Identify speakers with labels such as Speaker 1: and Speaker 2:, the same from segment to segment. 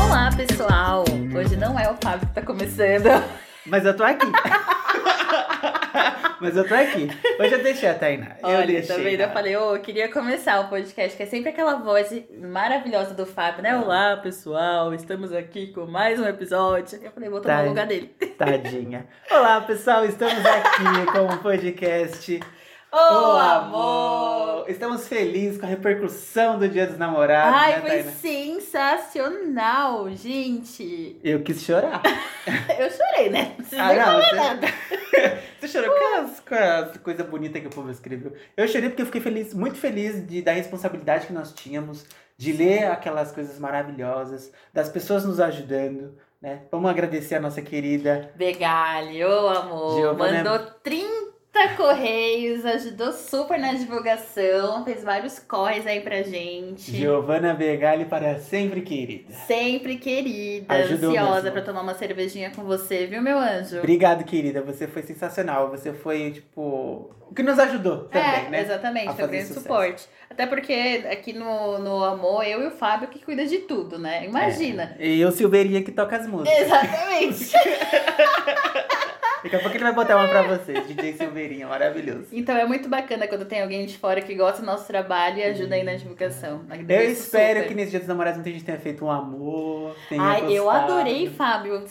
Speaker 1: Olá, pessoal! Hoje não é o Fábio que tá começando.
Speaker 2: Mas eu tô aqui. Mas eu tô aqui. Hoje eu deixei a Tainá. Eu
Speaker 1: Olha,
Speaker 2: deixei.
Speaker 1: também né? eu
Speaker 2: ela.
Speaker 1: falei, ô, eu queria começar o podcast, que é sempre aquela voz maravilhosa do Fábio,
Speaker 2: É.
Speaker 1: né? Olá, pessoal, estamos aqui com mais um episódio. Eu falei, vou tomar
Speaker 2: Tá.
Speaker 1: o lugar dele.
Speaker 2: Tadinha. Olá, pessoal. Estamos aqui com o podcast
Speaker 1: Ô,
Speaker 2: O
Speaker 1: amor!
Speaker 2: Estamos felizes com a repercussão do Dia dos Namorados,
Speaker 1: Ai,
Speaker 2: né,
Speaker 1: foi
Speaker 2: Tainá?
Speaker 1: sensacional, gente.
Speaker 2: Eu quis chorar.
Speaker 1: Eu chorei, né? Não preciso
Speaker 2: Ah,
Speaker 1: nem
Speaker 2: não,
Speaker 1: falar
Speaker 2: você-
Speaker 1: nada.
Speaker 2: Você chorou com as, com as coisa bonita que o povo escreveu. Eu chorei porque eu fiquei feliz, muito feliz de, da responsabilidade que nós tínhamos, de ler aquelas coisas maravilhosas, das pessoas nos ajudando, né? Vamos agradecer a nossa querida.
Speaker 1: Begali, ô amor,
Speaker 2: Giovana- é
Speaker 1: mandou 30 correios, ajudou super na divulgação, fez vários corres aí pra gente.
Speaker 2: Giovana Begali para sempre querida.
Speaker 1: Sempre querida,
Speaker 2: Ajudou
Speaker 1: ansiosa
Speaker 2: mesmo.
Speaker 1: pra tomar uma cervejinha com você, viu, meu anjo?
Speaker 2: Obrigado, querida. Você foi sensacional. Você foi, tipo, o que nos ajudou também,
Speaker 1: é,
Speaker 2: né?
Speaker 1: exatamente,
Speaker 2: a
Speaker 1: foi um
Speaker 2: fazer
Speaker 1: grande
Speaker 2: sucesso.
Speaker 1: suporte. Até porque aqui no, no Amor, eu e o Fábio que cuida de tudo, né? Imagina.
Speaker 2: É. E o Silveirinha que toca as músicas.
Speaker 1: Exatamente.
Speaker 2: Daqui a pouco ele vai botar uma pra vocês. DJ Silveirinha, maravilhoso.
Speaker 1: Então é muito bacana quando tem alguém de fora que gosta do nosso trabalho e ajuda aí na divulgação.
Speaker 2: Eu
Speaker 1: Agradeço
Speaker 2: espero
Speaker 1: super.
Speaker 2: que nesse Dia dos Namorados muita gente tenha feito um amor. Tenha
Speaker 1: Ai, eu
Speaker 2: gostado.
Speaker 1: adorei, Fábio,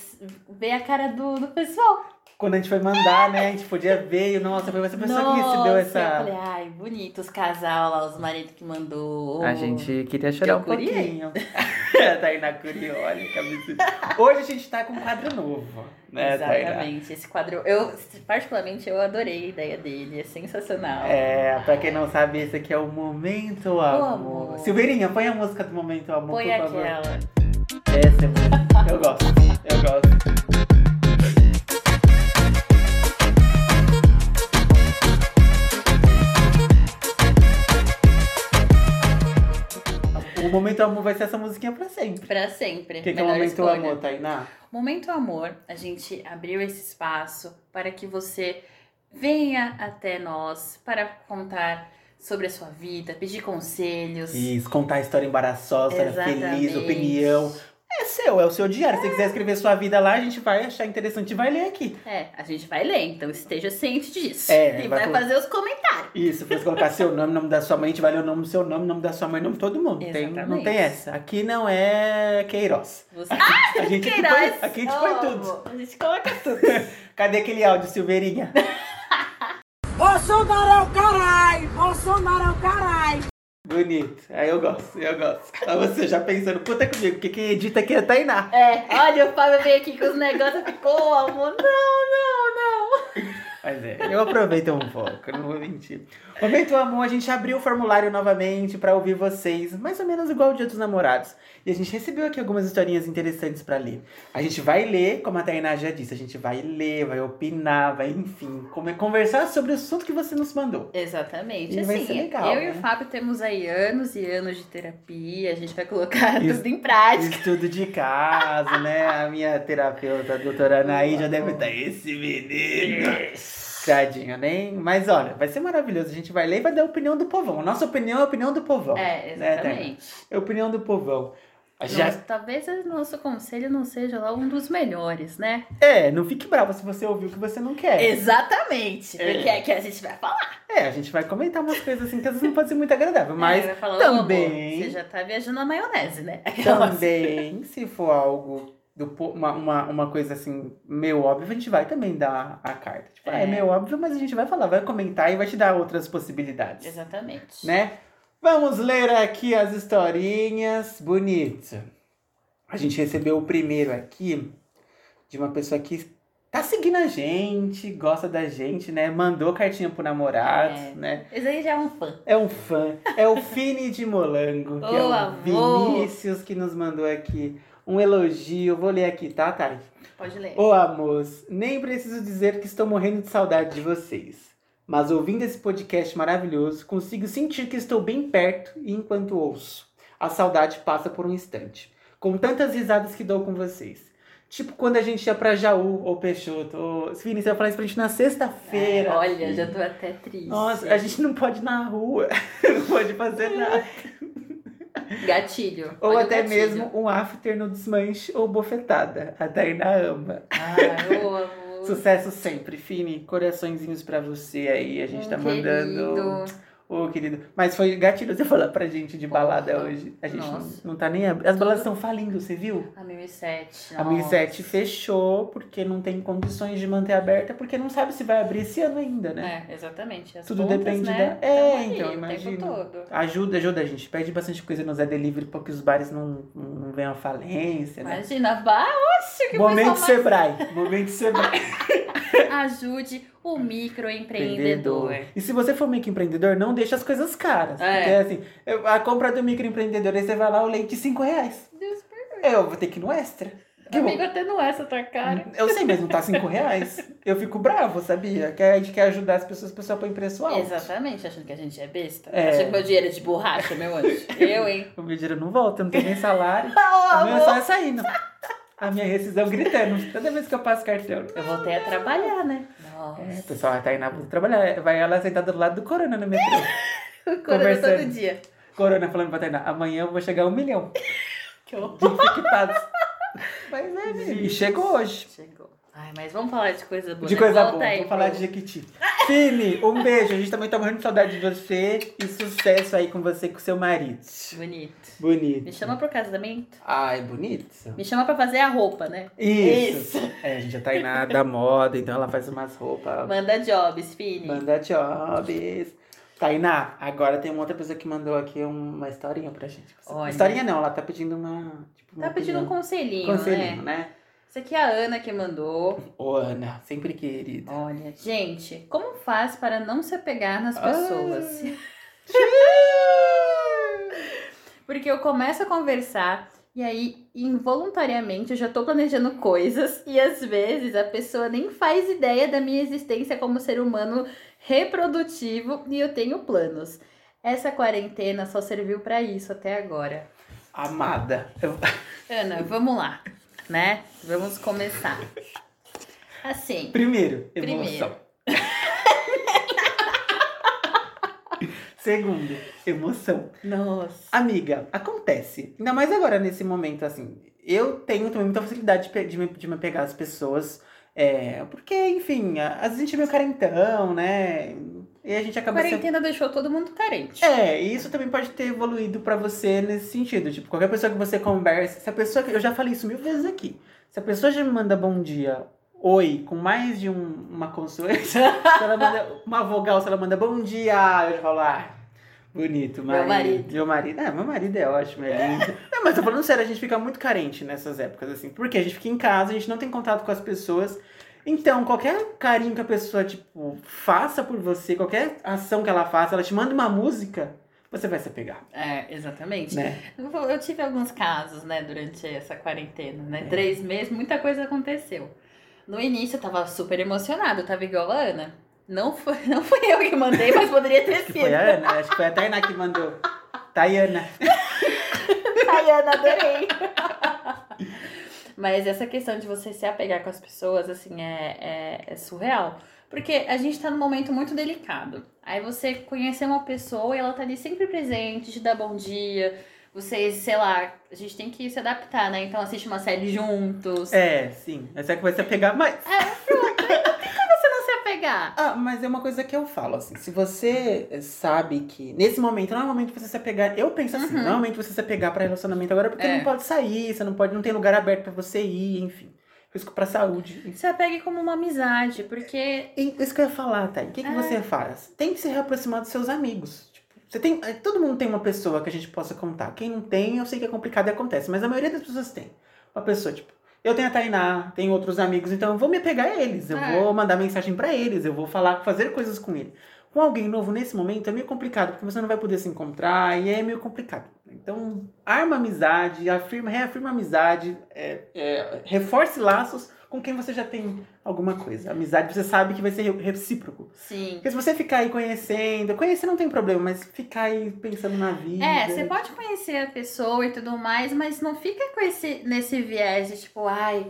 Speaker 1: ver a cara do, do pessoal.
Speaker 2: Quando a gente foi mandar, né? A gente podia ver. e, Nossa, foi essa pessoa
Speaker 1: Nossa,
Speaker 2: que se deu
Speaker 1: Eu
Speaker 2: essa.
Speaker 1: falei, ai, bonito os casal lá, os maridos que mandou.
Speaker 2: A gente queria chorar
Speaker 1: Eu
Speaker 2: um
Speaker 1: curiei.
Speaker 2: pouquinho. Tainá Curiou, olha que absurdo. Hoje a gente tá com um quadro novo, né, Tainá?
Speaker 1: Exatamente, esse quadro. Eu, particularmente, eu adorei a ideia dele, é sensacional.
Speaker 2: É, pra quem não sabe, esse aqui é o Momento Amor.
Speaker 1: amor.
Speaker 2: Silveirinha, põe a música do Momento Amor,
Speaker 1: Põe
Speaker 2: por favor.
Speaker 1: aquela.
Speaker 2: Essa é boa. Eu gosto, eu gosto. O Momento Amor vai ser essa musiquinha pra sempre.
Speaker 1: Pra sempre.
Speaker 2: O que, que é o
Speaker 1: melhor
Speaker 2: Momento
Speaker 1: escolha.
Speaker 2: Amor, Tainá?
Speaker 1: Momento Amor, a gente abriu esse espaço para que você venha até nós para contar sobre a sua vida, pedir conselhos.
Speaker 2: Isso, contar a história embaraçosa, história feliz,
Speaker 1: Exatamente.
Speaker 2: opinião. É seu, é o seu diário. Se você quiser escrever sua vida lá, a gente vai achar interessante e vai ler aqui.
Speaker 1: É, a gente vai ler, então esteja ciente disso.
Speaker 2: É,
Speaker 1: e
Speaker 2: vai
Speaker 1: vai
Speaker 2: colo-
Speaker 1: fazer os comentários.
Speaker 2: Isso, você colocar seu nome, nome da sua mãe, a gente vai ler o nome do seu nome, nome da sua mãe, nome de todo mundo. Tem, não
Speaker 1: Exatamente.
Speaker 2: tem essa. Aqui não é Queiroz.
Speaker 1: Você...
Speaker 2: A gente aqui põe,
Speaker 1: Queiroz,
Speaker 2: aqui a gente
Speaker 1: eu
Speaker 2: põe
Speaker 1: amo.
Speaker 3: Oh.
Speaker 2: tudo.
Speaker 1: A gente coloca tudo.
Speaker 2: Cadê aquele áudio, Silveirinha?
Speaker 3: Bolsonaro é o caralho! Bolsonaro é o caralho!
Speaker 2: Bonito. Aí eu gosto, eu gosto. Aí você já pensando, puta comigo, porque quem edita aqui é a Tainá.
Speaker 1: É, olha, o Fábio veio aqui com os negócios e ficou, amor. Não, não, não.
Speaker 2: Mas é, eu aproveito um pouco, não vou mentir. Momento Amor, a gente abriu o formulário novamente pra ouvir vocês, mais ou menos igual o Dia dos Namorados. E a gente recebeu aqui algumas historinhas interessantes pra ler. A gente vai ler, como a Tainá já disse, a gente vai ler, vai opinar, vai, enfim, come- conversar sobre o assunto que você nos mandou.
Speaker 1: Exatamente.
Speaker 2: E vai
Speaker 1: assim,
Speaker 2: ser legal,
Speaker 1: eu e o
Speaker 2: né?
Speaker 1: Fábio temos aí anos e anos de terapia, a gente vai colocar
Speaker 2: Isso-
Speaker 1: tudo em prática.
Speaker 2: Estudo de caso, né? A minha terapeuta, a doutora Anaí, já deve estar. Esse menino! Tadinho, nem. Mas olha, vai ser maravilhoso. A gente vai ler e vai dar a opinião do povão. A nossa opinião é a opinião do povão.
Speaker 1: É, exatamente.
Speaker 2: É a opinião do povão. Já...
Speaker 1: Nossa, talvez o nosso conselho não seja lá um dos melhores, né?
Speaker 2: É, não fique bravo se você ouviu o que você não quer.
Speaker 1: Exatamente.
Speaker 2: É.
Speaker 1: Porque é que a gente vai falar.
Speaker 2: É, a gente vai comentar umas coisas assim que às vezes não pode ser muito agradável, mas
Speaker 1: É, vai falar, "Ô,
Speaker 2: também-
Speaker 1: amor, você já tá viajando na maionese, né?
Speaker 2: também se for algo do po- uma, uma, uma coisa assim meio óbvio, a gente vai também dar a carta. Tipo, ah, é.
Speaker 1: É.
Speaker 2: meio óbvio, mas a gente vai falar, vai comentar e vai te dar outras possibilidades,
Speaker 1: Exatamente.
Speaker 2: né? Vamos ler aqui as historinhas, bonito. A gente recebeu o primeiro aqui de uma pessoa que tá seguindo a gente, gosta da gente, né? Mandou cartinha pro namorado,
Speaker 1: É.
Speaker 2: né?
Speaker 1: Esse aí já é um fã.
Speaker 2: É um fã, é o Fini de Molango, que
Speaker 1: Ô,
Speaker 2: é o
Speaker 1: amor.
Speaker 2: Vinícius que nos mandou aqui um elogio. Vou ler aqui, tá, Thay?
Speaker 1: Pode ler.
Speaker 2: Ô, amos, nem preciso dizer que estou morrendo de saudade de vocês. Mas ouvindo esse podcast maravilhoso, consigo sentir que estou bem perto e enquanto ouço. A saudade passa por um instante, com tantas risadas que dou com vocês. Tipo quando a gente ia pra Jaú ou Peixoto. Ou... Vini, você vai falar isso pra gente na sexta-feira.
Speaker 1: Ai, É, olha, já tô até triste.
Speaker 2: Nossa, a gente não pode ir na rua, não pode fazer nada.
Speaker 1: Gatilho.
Speaker 2: Ou
Speaker 1: Olha o
Speaker 2: até
Speaker 1: gatilho.
Speaker 2: mesmo um after no desmanche ou bofetada. A Tainá ama.
Speaker 1: Ah, eu amo.
Speaker 2: Sucesso sempre, Fini. Coraçõezinhos pra você aí. A gente tá
Speaker 1: Hum,
Speaker 2: mandando.
Speaker 1: querido.
Speaker 2: Ô, querido. Mas foi gatilho você falar pra gente de balada
Speaker 1: Nossa.
Speaker 2: hoje. A gente não,
Speaker 1: Nossa.
Speaker 2: não tá nem abrindo. As baladas estão falindo, você viu?
Speaker 1: A 1007.
Speaker 2: A 1007 fechou porque não tem condições de manter aberta, porque não sabe se vai abrir esse ano ainda, né?
Speaker 1: né? É, exatamente. As
Speaker 2: Tudo
Speaker 1: pontas,
Speaker 2: depende
Speaker 1: né,
Speaker 2: da- é,
Speaker 1: tão ali
Speaker 2: então,
Speaker 1: o
Speaker 2: imagino.
Speaker 1: tempo todo.
Speaker 2: Ajuda, ajuda a gente. Pede bastante coisa no Zé Delivery pra que os bares não, não, não venham à falência, né?
Speaker 1: Imagina, vá, oxe, é que
Speaker 2: Momento
Speaker 1: pessoal
Speaker 2: Sebrae. Momento Sebrae.
Speaker 1: mais... Ajude o microempreendedor.
Speaker 2: E se você for microempreendedor, não deixa as coisas caras.
Speaker 1: É.
Speaker 2: Porque assim, eu- a compra do microempreendedor, aí você vai lá, o leite 5 reais.
Speaker 1: Deus perdoe.
Speaker 2: Eu vou ter que ir no extra. Que bom.
Speaker 1: Amigo, até não é essa tua cara.
Speaker 2: Eu sei, mas não tá 5 reais. Eu fico bravo, sabia? Que a gente quer ajudar as pessoas, o pessoal põe preço alto.
Speaker 1: Exatamente, achando que a gente é besta.
Speaker 2: É.
Speaker 1: Achando que meu dinheiro é de borracha, meu anjo. Eu, hein?
Speaker 2: O meu dinheiro não volta, eu não tenho nem salário.
Speaker 1: Oh,
Speaker 2: o meu é só saindo. A minha rescisão gritando. Toda vez que eu passo cartão.
Speaker 1: Eu voltei a trabalhar, né? Nossa.
Speaker 2: É, o pessoal, a Tainá vai trabalhar. Vai ela sentada do lado do Corona no metrô.
Speaker 1: Corona todo
Speaker 2: Conversando.
Speaker 1: dia.
Speaker 2: Corona falando pra Tainá, amanhã eu vou chegar a um milhão
Speaker 1: Que horror.
Speaker 2: de infectados. Mas é, menino. E
Speaker 1: Gente.
Speaker 2: chegou hoje.
Speaker 1: Chegou. Ai, mas vamos falar de coisa boa.
Speaker 2: De
Speaker 1: né?
Speaker 2: coisa
Speaker 1: Volta
Speaker 2: boa,
Speaker 1: aí
Speaker 2: vou falar
Speaker 1: pro-
Speaker 2: de Jequiti. Fini, um beijo. A gente também tá morrendo de saudade de você e sucesso aí com você e com seu marido.
Speaker 1: Bonito. Me
Speaker 2: Bonito.
Speaker 1: chama pro casamento.
Speaker 2: Ai, bonito.
Speaker 1: Me chama pra fazer a roupa, né?
Speaker 2: Isso. É, a gente já tá aí na da moda, então ela faz umas roupas.
Speaker 1: Manda jobs, Fini.
Speaker 2: Manda jobs. Tainá, agora tem uma outra pessoa que mandou aqui uma historinha pra gente.
Speaker 1: Olha.
Speaker 2: Historinha não, ela tá pedindo uma. Tipo, uma
Speaker 1: Tá pedindo um
Speaker 2: opinião.
Speaker 1: conselhinho,
Speaker 2: conselhinho,
Speaker 1: né?
Speaker 2: né?
Speaker 1: Isso aqui é a Ana que mandou.
Speaker 2: Ô, Ana, sempre querida.
Speaker 1: Olha, gente, como faz para não se apegar nas pessoas? Porque eu começo a conversar e aí, involuntariamente, eu já tô planejando coisas e às vezes a pessoa nem faz ideia da minha existência como ser humano reprodutivo e eu tenho planos. Essa quarentena só serviu pra isso até agora.
Speaker 2: Amada. Eu-
Speaker 1: Ana, vamos lá, né? Vamos começar. Assim,
Speaker 2: Primeiro,
Speaker 1: Primeiro.
Speaker 2: emoção. Segundo, emoção.
Speaker 1: nossa.
Speaker 2: Amiga, acontece. Ainda mais agora, nesse momento, assim. Eu tenho também muita facilidade de, pe- de me, de me pegar as pessoas. é, porque, enfim, a- às vezes a gente é meio carentão, né? E a gente
Speaker 1: A
Speaker 2: acaba sendo.
Speaker 1: quarentena deixou todo mundo carente.
Speaker 2: É, e isso também pode ter evoluído pra você nesse sentido. Tipo, qualquer pessoa que você conversa, se a pessoa. que- Eu já falei isso mil vezes aqui. Se a pessoa já me manda bom dia, oi, com mais de um- uma consoante, se ela manda uma vogal, se ela manda bom dia, eu já falo, ah, bonito,
Speaker 1: Meu marido.
Speaker 2: Meu marido. Ah, meu marido é ótimo, é lindo. Não, mas tô falando sério, a gente fica muito carente nessas épocas, assim. Porque a gente fica em casa, a gente não tem contato com as pessoas. Então, qualquer carinho que a pessoa, tipo, faça por você, qualquer ação que ela faça, ela te manda uma música, você vai se apegar,
Speaker 1: É, exatamente.
Speaker 2: né?
Speaker 1: Eu vou- Eu tive alguns casos, né, durante essa quarentena, né?
Speaker 2: É.
Speaker 1: Três meses, muita coisa aconteceu. No início eu tava super emocionada, eu tava igual a Ana. Não foi, não fui eu que mandei, mas poderia ter
Speaker 2: Que
Speaker 1: sido.
Speaker 2: foi a Ana, acho que foi a Tainá que mandou. Taiana.
Speaker 1: Ai, Ana, adorei. Mas essa questão de você se apegar com as pessoas, assim, é, é- é surreal. Porque a gente tá num momento muito delicado. Aí você conhecer uma pessoa e ela tá ali sempre presente, te dá bom dia. Vocês, sei lá, a gente tem que se adaptar, né? Então assiste uma série juntos.
Speaker 2: É, sim. Essa é que vai se apegar mais.
Speaker 1: Você não se apegar.
Speaker 2: Ah, mas é uma coisa que eu falo, assim. Se você eh, sabe que nesse momento, não é o momento de você se apegar. Eu penso assim,
Speaker 1: Uhum.
Speaker 2: não é o momento de você se apegar pra relacionamento agora, porque
Speaker 1: É.
Speaker 2: não pode sair, você não pode, não tem lugar aberto pra você ir, enfim. Risco pra saúde. enfim.
Speaker 1: Se apegue como uma amizade, porque.
Speaker 2: E isso que eu ia falar, Thay. O que, que
Speaker 1: É.
Speaker 2: você faz? Tem que se reaproximar dos seus amigos. Tipo, você tem, eh, todo mundo tem uma pessoa que a gente possa contar. Quem não tem, eu sei que é complicado e acontece, mas a maioria das pessoas tem. Uma pessoa, tipo, eu tenho a Tainá, tenho outros amigos, então eu vou me apegar a eles, eu
Speaker 1: É.
Speaker 2: vou mandar mensagem pra eles, eu vou falar, fazer coisas com eles. Com alguém novo nesse momento é meio complicado, porque você não vai poder se encontrar e é meio complicado. Então, arma amizade, afirma, reafirma amizade, é, é, reforce laços com quem você já tem alguma coisa. Amizade, você sabe que vai ser re- recíproco.
Speaker 1: Sim.
Speaker 2: Porque se você ficar aí conhecendo, conhecer não tem problema, mas ficar aí pensando na vida.
Speaker 1: É, você pode conhecer a pessoa e tudo mais, mas não fica com esse, nesse viés de tipo, ai,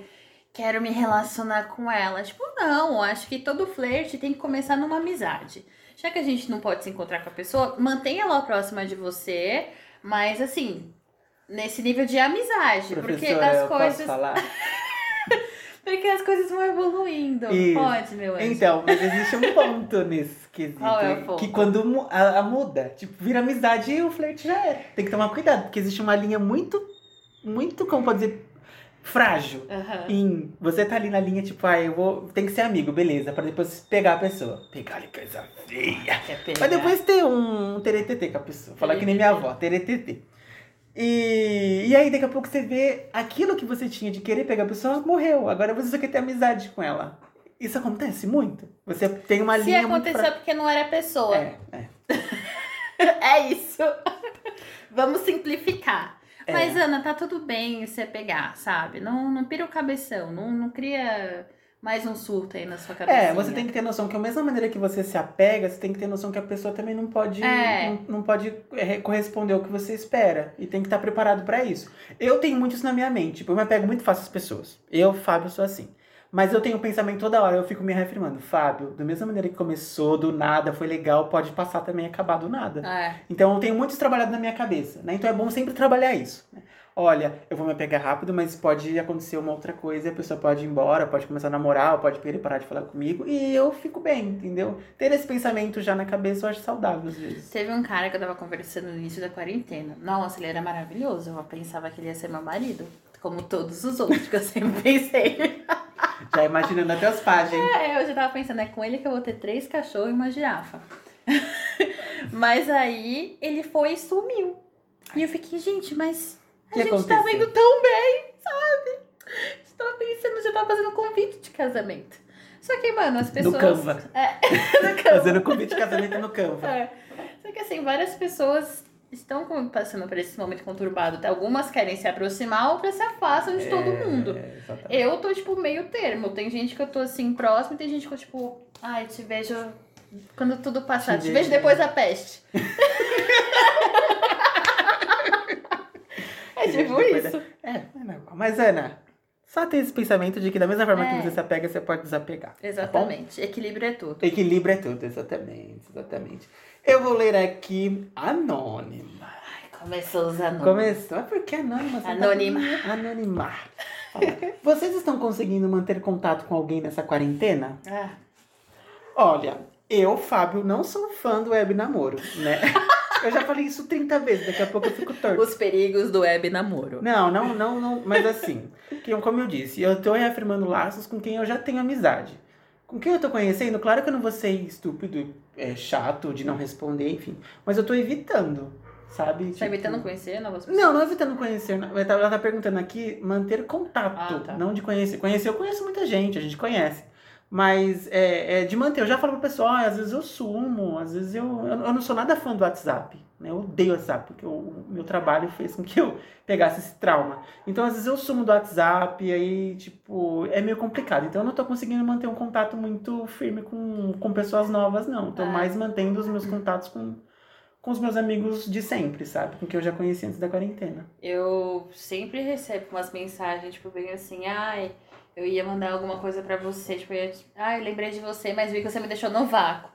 Speaker 1: quero me relacionar com ela. Tipo, não, acho que todo flerte tem que começar numa amizade. Já que a gente não pode se encontrar com a pessoa, mantenha ela próxima de você, mas assim, nesse nível de amizade, porque
Speaker 2: Professora,
Speaker 1: as
Speaker 2: eu posso
Speaker 1: coisas,
Speaker 2: falar?
Speaker 1: porque as coisas vão evoluindo.
Speaker 2: Isso.
Speaker 1: Pode, meu anjo.
Speaker 2: Então, mas existe um ponto nesse quesito.
Speaker 1: Qual é o ponto?
Speaker 2: Que quando mu- a, a muda, tipo, vira amizade e o flerte já era. Tem que tomar cuidado, porque existe uma linha muito, muito, como pode dizer, frágil.
Speaker 1: Aham.
Speaker 2: Em você tá ali na linha, tipo, ah, eu vou. Tem que ser amigo, beleza, pra depois pegar a pessoa. Pegar ali coisa feia.
Speaker 1: Quer pegar?
Speaker 2: Mas depois ter um teretetê com a pessoa. Falar que nem minha avó, teretetê. E, e aí, daqui a pouco você vê aquilo que você tinha de querer pegar a pessoa morreu. Agora você só quer ter amizade com ela. Isso acontece muito. Você tem uma
Speaker 1: Se
Speaker 2: linha.
Speaker 1: acontecer é
Speaker 2: muito
Speaker 1: porque não era a pessoa.
Speaker 2: fra... é, é.
Speaker 1: É isso. Vamos simplificar.
Speaker 2: É.
Speaker 1: Mas, Ana, tá tudo bem você pegar, sabe? Não, não pira o cabeção, não, não cria mais um surto aí na sua cabeça.
Speaker 2: É, você tem que ter noção que, da mesma maneira que você se apega, você tem que ter noção que a pessoa também não pode,
Speaker 1: É.
Speaker 2: não, não pode é, corresponder ao que você espera. E tem que estar preparado pra isso. Eu tenho muito isso na minha mente. Tipo, eu me apego muito fácil às pessoas. Eu, Fábio, sou assim. Mas eu tenho um pensamento toda hora, eu fico me reafirmando. Fábio, da mesma maneira que começou, do nada, foi legal, pode passar também e acabar do nada.
Speaker 1: É,
Speaker 2: Então eu tenho muito isso trabalhado na minha cabeça, né? Então é bom sempre trabalhar isso. né? Olha, eu vou me apegar rápido, mas pode acontecer uma outra coisa, e a pessoa pode ir embora, pode começar a namorar, ou pode querer parar de falar comigo, e eu fico bem, entendeu? Ter esse pensamento já na cabeça eu acho saudável às vezes.
Speaker 1: teve um cara que eu tava conversando no início da quarentena. Nossa, ele era maravilhoso. Eu pensava que ele ia ser meu marido. Como todos os outros que eu sempre pensei.
Speaker 2: Já imaginando até as páginas.
Speaker 1: É, eu já tava pensando, é com ele que eu vou ter três cachorros e uma girafa. mas aí ele foi e sumiu. E eu fiquei, gente, mas a
Speaker 2: Que
Speaker 1: gente tava
Speaker 2: aconteceu?
Speaker 1: indo tão bem, sabe? Estava pensando, já tava fazendo convite de casamento. Só que, mano, as pessoas.
Speaker 2: Canva.
Speaker 1: É, no Canva.
Speaker 2: Fazendo convite de casamento no Canva.
Speaker 1: É. Só que assim, várias pessoas estão com- passando por esse momento conturbado. tá? Algumas querem se aproximar, outras se afastam de todo mundo.
Speaker 2: É, exatamente.
Speaker 1: Eu tô, tipo, meio termo. Tem gente que eu tô assim próximo, e tem gente que eu, tipo, ai, te vejo quando tudo passar.
Speaker 2: Te
Speaker 1: Te, vejo
Speaker 2: vejo.
Speaker 1: depois da peste. é
Speaker 2: Te vejo
Speaker 1: tipo
Speaker 2: depois da-
Speaker 1: isso.
Speaker 2: É, é normal. Mas Ana, só ter esse pensamento de que da mesma forma
Speaker 1: É.
Speaker 2: que você se apega, você pode desapegar. tá bom?
Speaker 1: Exatamente. Equilíbrio é tudo.
Speaker 2: Equilíbrio é tudo, exatamente, exatamente. Eu vou ler aqui Anônima.
Speaker 1: Ai, começou os anúncios.
Speaker 2: Começou. Mas por que anônima? Você tá-
Speaker 1: Anônima.
Speaker 2: Anônima. Olha, Vocês estão conseguindo manter contato com alguém nessa quarentena?
Speaker 1: Ah,
Speaker 2: Olha, eu, Fábio, não sou fã do web namoro, né? Eu já falei isso 30 vezes, daqui a pouco eu fico torto.
Speaker 1: os perigos do web namoro.
Speaker 2: Não, não, não, não. Mas assim, que, como eu disse, eu tô reafirmando laços com quem eu já tenho amizade. Com quem eu tô conhecendo, claro que eu não vou ser estúpido, é, chato, de não responder, enfim. Mas eu tô evitando, sabe?
Speaker 1: Tá
Speaker 2: Tipo,
Speaker 1: evitando conhecer novas pessoas?
Speaker 2: Não, não evitando conhecer. não. Ela tá- ela tá perguntando aqui manter contato,
Speaker 1: Ah, tá.
Speaker 2: não de conhecer. Conhecer, eu conheço muita gente, a gente conhece. Mas é, é de manter. Eu já falo pro pessoal, ah, às vezes eu sumo, às vezes eu, eu, eu não sou nada fã do WhatsApp. Né? Eu odeio WhatsApp, porque eu- o meu trabalho fez com que eu pegasse esse trauma. Então, às vezes eu sumo do WhatsApp, aí, tipo, é meio complicado. Então, eu não tô conseguindo manter um contato muito firme com, com pessoas novas, não. Tô
Speaker 1: Ah.
Speaker 2: mais mantendo os meus contatos com, com os meus amigos de sempre, sabe? Com que eu já conheci antes da quarentena.
Speaker 1: Eu sempre recebo umas mensagens, tipo, bem assim, ai, eu ia mandar alguma coisa pra você, tipo, eu ia te- ai, lembrei de você, mas vi que você me deixou no vácuo.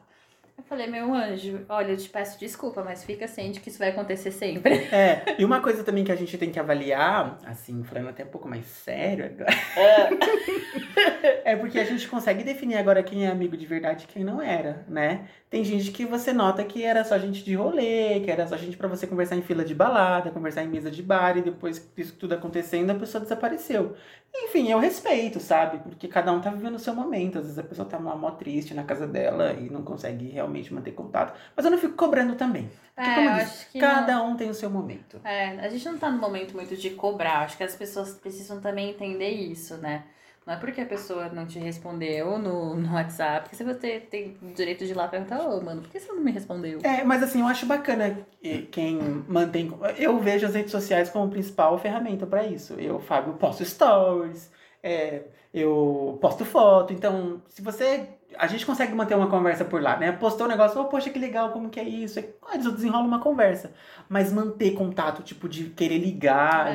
Speaker 1: Eu falei, meu anjo, olha, eu te peço desculpa, mas fica ciente que isso vai acontecer sempre.
Speaker 2: É, e uma coisa também que a gente tem que avaliar, assim, falando até um pouco mais sério agora, é porque a gente consegue definir agora quem é amigo de verdade e quem não era, né? Tem gente que você nota que era só gente de rolê, que era só gente pra você conversar em fila de balada, conversar em mesa de bar, e depois disso tudo acontecendo, a pessoa desapareceu. Enfim, eu respeito, sabe? Porque cada um tá vivendo o seu momento. Às vezes a pessoa tá lá mó triste na casa dela e não consegue realmente manter contato. Mas eu não fico cobrando também. Porque,
Speaker 1: É,
Speaker 2: como
Speaker 1: eu
Speaker 2: eu disse,
Speaker 1: acho que
Speaker 2: Cada um tem o seu momento.
Speaker 1: não- é, a gente não tá no momento muito de cobrar, acho que as pessoas precisam também entender isso, né? Não é porque a pessoa não te respondeu no, no WhatsApp que você vai ter, tem direito de ir lá perguntar, ô, mano, por que você não me respondeu?
Speaker 2: É, mas assim, eu acho bacana que- quem mantém. Eu vejo as redes sociais como principal ferramenta pra isso. Eu, Fábio, posto stories, é, eu posto foto, então se você. A gente consegue manter uma conversa por lá, né? Postou um negócio, oh, poxa, que legal, como que é isso? Aí, ah, isso desenrola uma conversa. Mas manter contato, tipo, de querer ligar,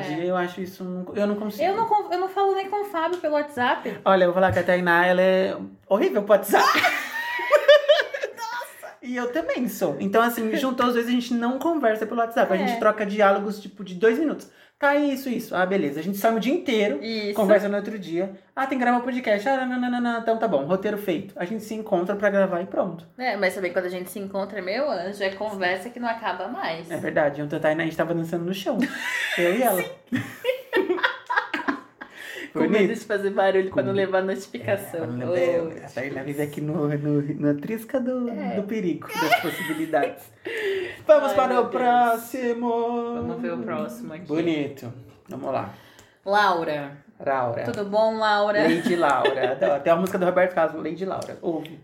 Speaker 1: É.
Speaker 2: de- eu acho isso. não- eu não consigo.
Speaker 1: Eu não, con- eu não falo nem com o Fábio pelo WhatsApp.
Speaker 2: Olha, eu vou falar que a Tainá, ela é horrível pro WhatsApp. E eu também sou. Então, assim, juntou os dois, a gente não conversa pelo WhatsApp. A
Speaker 1: É.
Speaker 2: gente troca diálogos, tipo, de dois minutos. Tá, isso, isso. Ah, beleza. A gente some o dia inteiro,
Speaker 1: Isso.
Speaker 2: conversa no outro dia. Ah, tem que gravar podcast. Ah, não, não, não, não. Então tá bom, roteiro feito. A gente se encontra pra gravar e pronto.
Speaker 1: É, mas também quando a gente se encontra, meu anjo, é conversa que não acaba mais.
Speaker 2: É verdade. Ontem a Tainá, a gente tava dançando no chão. Eu e ela.
Speaker 1: Com medo de fazer barulho pra não
Speaker 2: Com-
Speaker 1: levar
Speaker 2: É,
Speaker 1: notificação.
Speaker 2: eu não
Speaker 1: Ô,
Speaker 2: lembro. A Tainá vive aqui no, no, na trisca do,
Speaker 1: É.
Speaker 2: do perigo, das possibilidades. Vamos
Speaker 1: Ai,
Speaker 2: para
Speaker 1: meu
Speaker 2: o
Speaker 1: Deus.
Speaker 2: próximo.
Speaker 1: Vamos ver o próximo aqui.
Speaker 2: Bonito. Vamos lá.
Speaker 1: Laura.
Speaker 2: Laura.
Speaker 1: Tudo bom, né? Laura?
Speaker 2: Lady Laura. Adoro. Tem uma música do Roberto Carlos, Lady Laura. Ouve.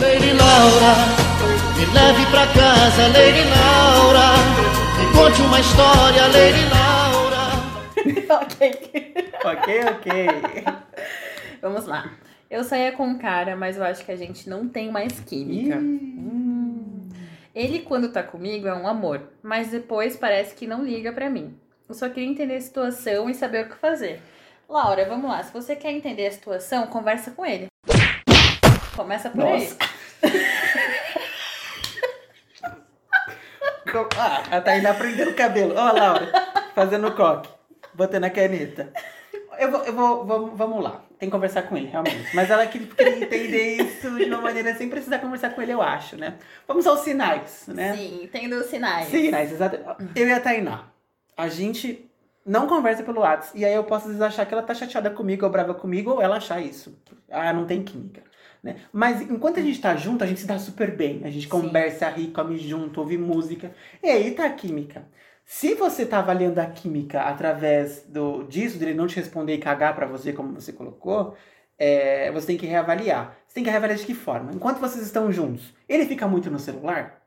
Speaker 4: Lady Laura, me leve pra casa, Lady Laura, me conte uma história, Lady Laura.
Speaker 1: ok.
Speaker 2: Ok, ok.
Speaker 1: Vamos lá. Eu saía com um cara, mas eu acho que a gente não tem mais química. Hum.
Speaker 2: Ih.
Speaker 1: Ele, quando tá comigo, é um amor, mas depois parece que não liga pra mim. Eu só queria entender a situação e saber o que fazer. Laura, vamos lá. Se você quer entender a situação, conversa com ele. Começa por
Speaker 2: Nossa.
Speaker 1: aí.
Speaker 2: Co- Ah, a Tainá prendendo o cabelo. Ó, a Laura, fazendo o coque. Botando a caneta. Eu vou, eu vou, vamos, vamos lá. Tem que conversar com ele, realmente. Mas ela que queria entender isso de uma maneira sem precisar conversar com ele, eu acho, né? Vamos aos sinais, né?
Speaker 1: Sim, entendo os sinais.
Speaker 2: Sinais, exato. Eu e a Tainá, a gente não conversa pelo WhatsApp. E aí eu posso às vezes, achar que ela tá chateada comigo, ou brava comigo, ou ela achar isso. Ah, não tem química. Né? Mas enquanto a gente tá junto, a gente se dá super bem. A gente
Speaker 1: Sim.
Speaker 2: conversa, ri, come junto, ouve música. E aí tá a química. Se você tá avaliando a química através do, disso, dele não te responder e cagar pra você, como você colocou, é, você tem que reavaliar. Você tem que reavaliar de que forma? Enquanto vocês estão juntos, ele fica muito no celular?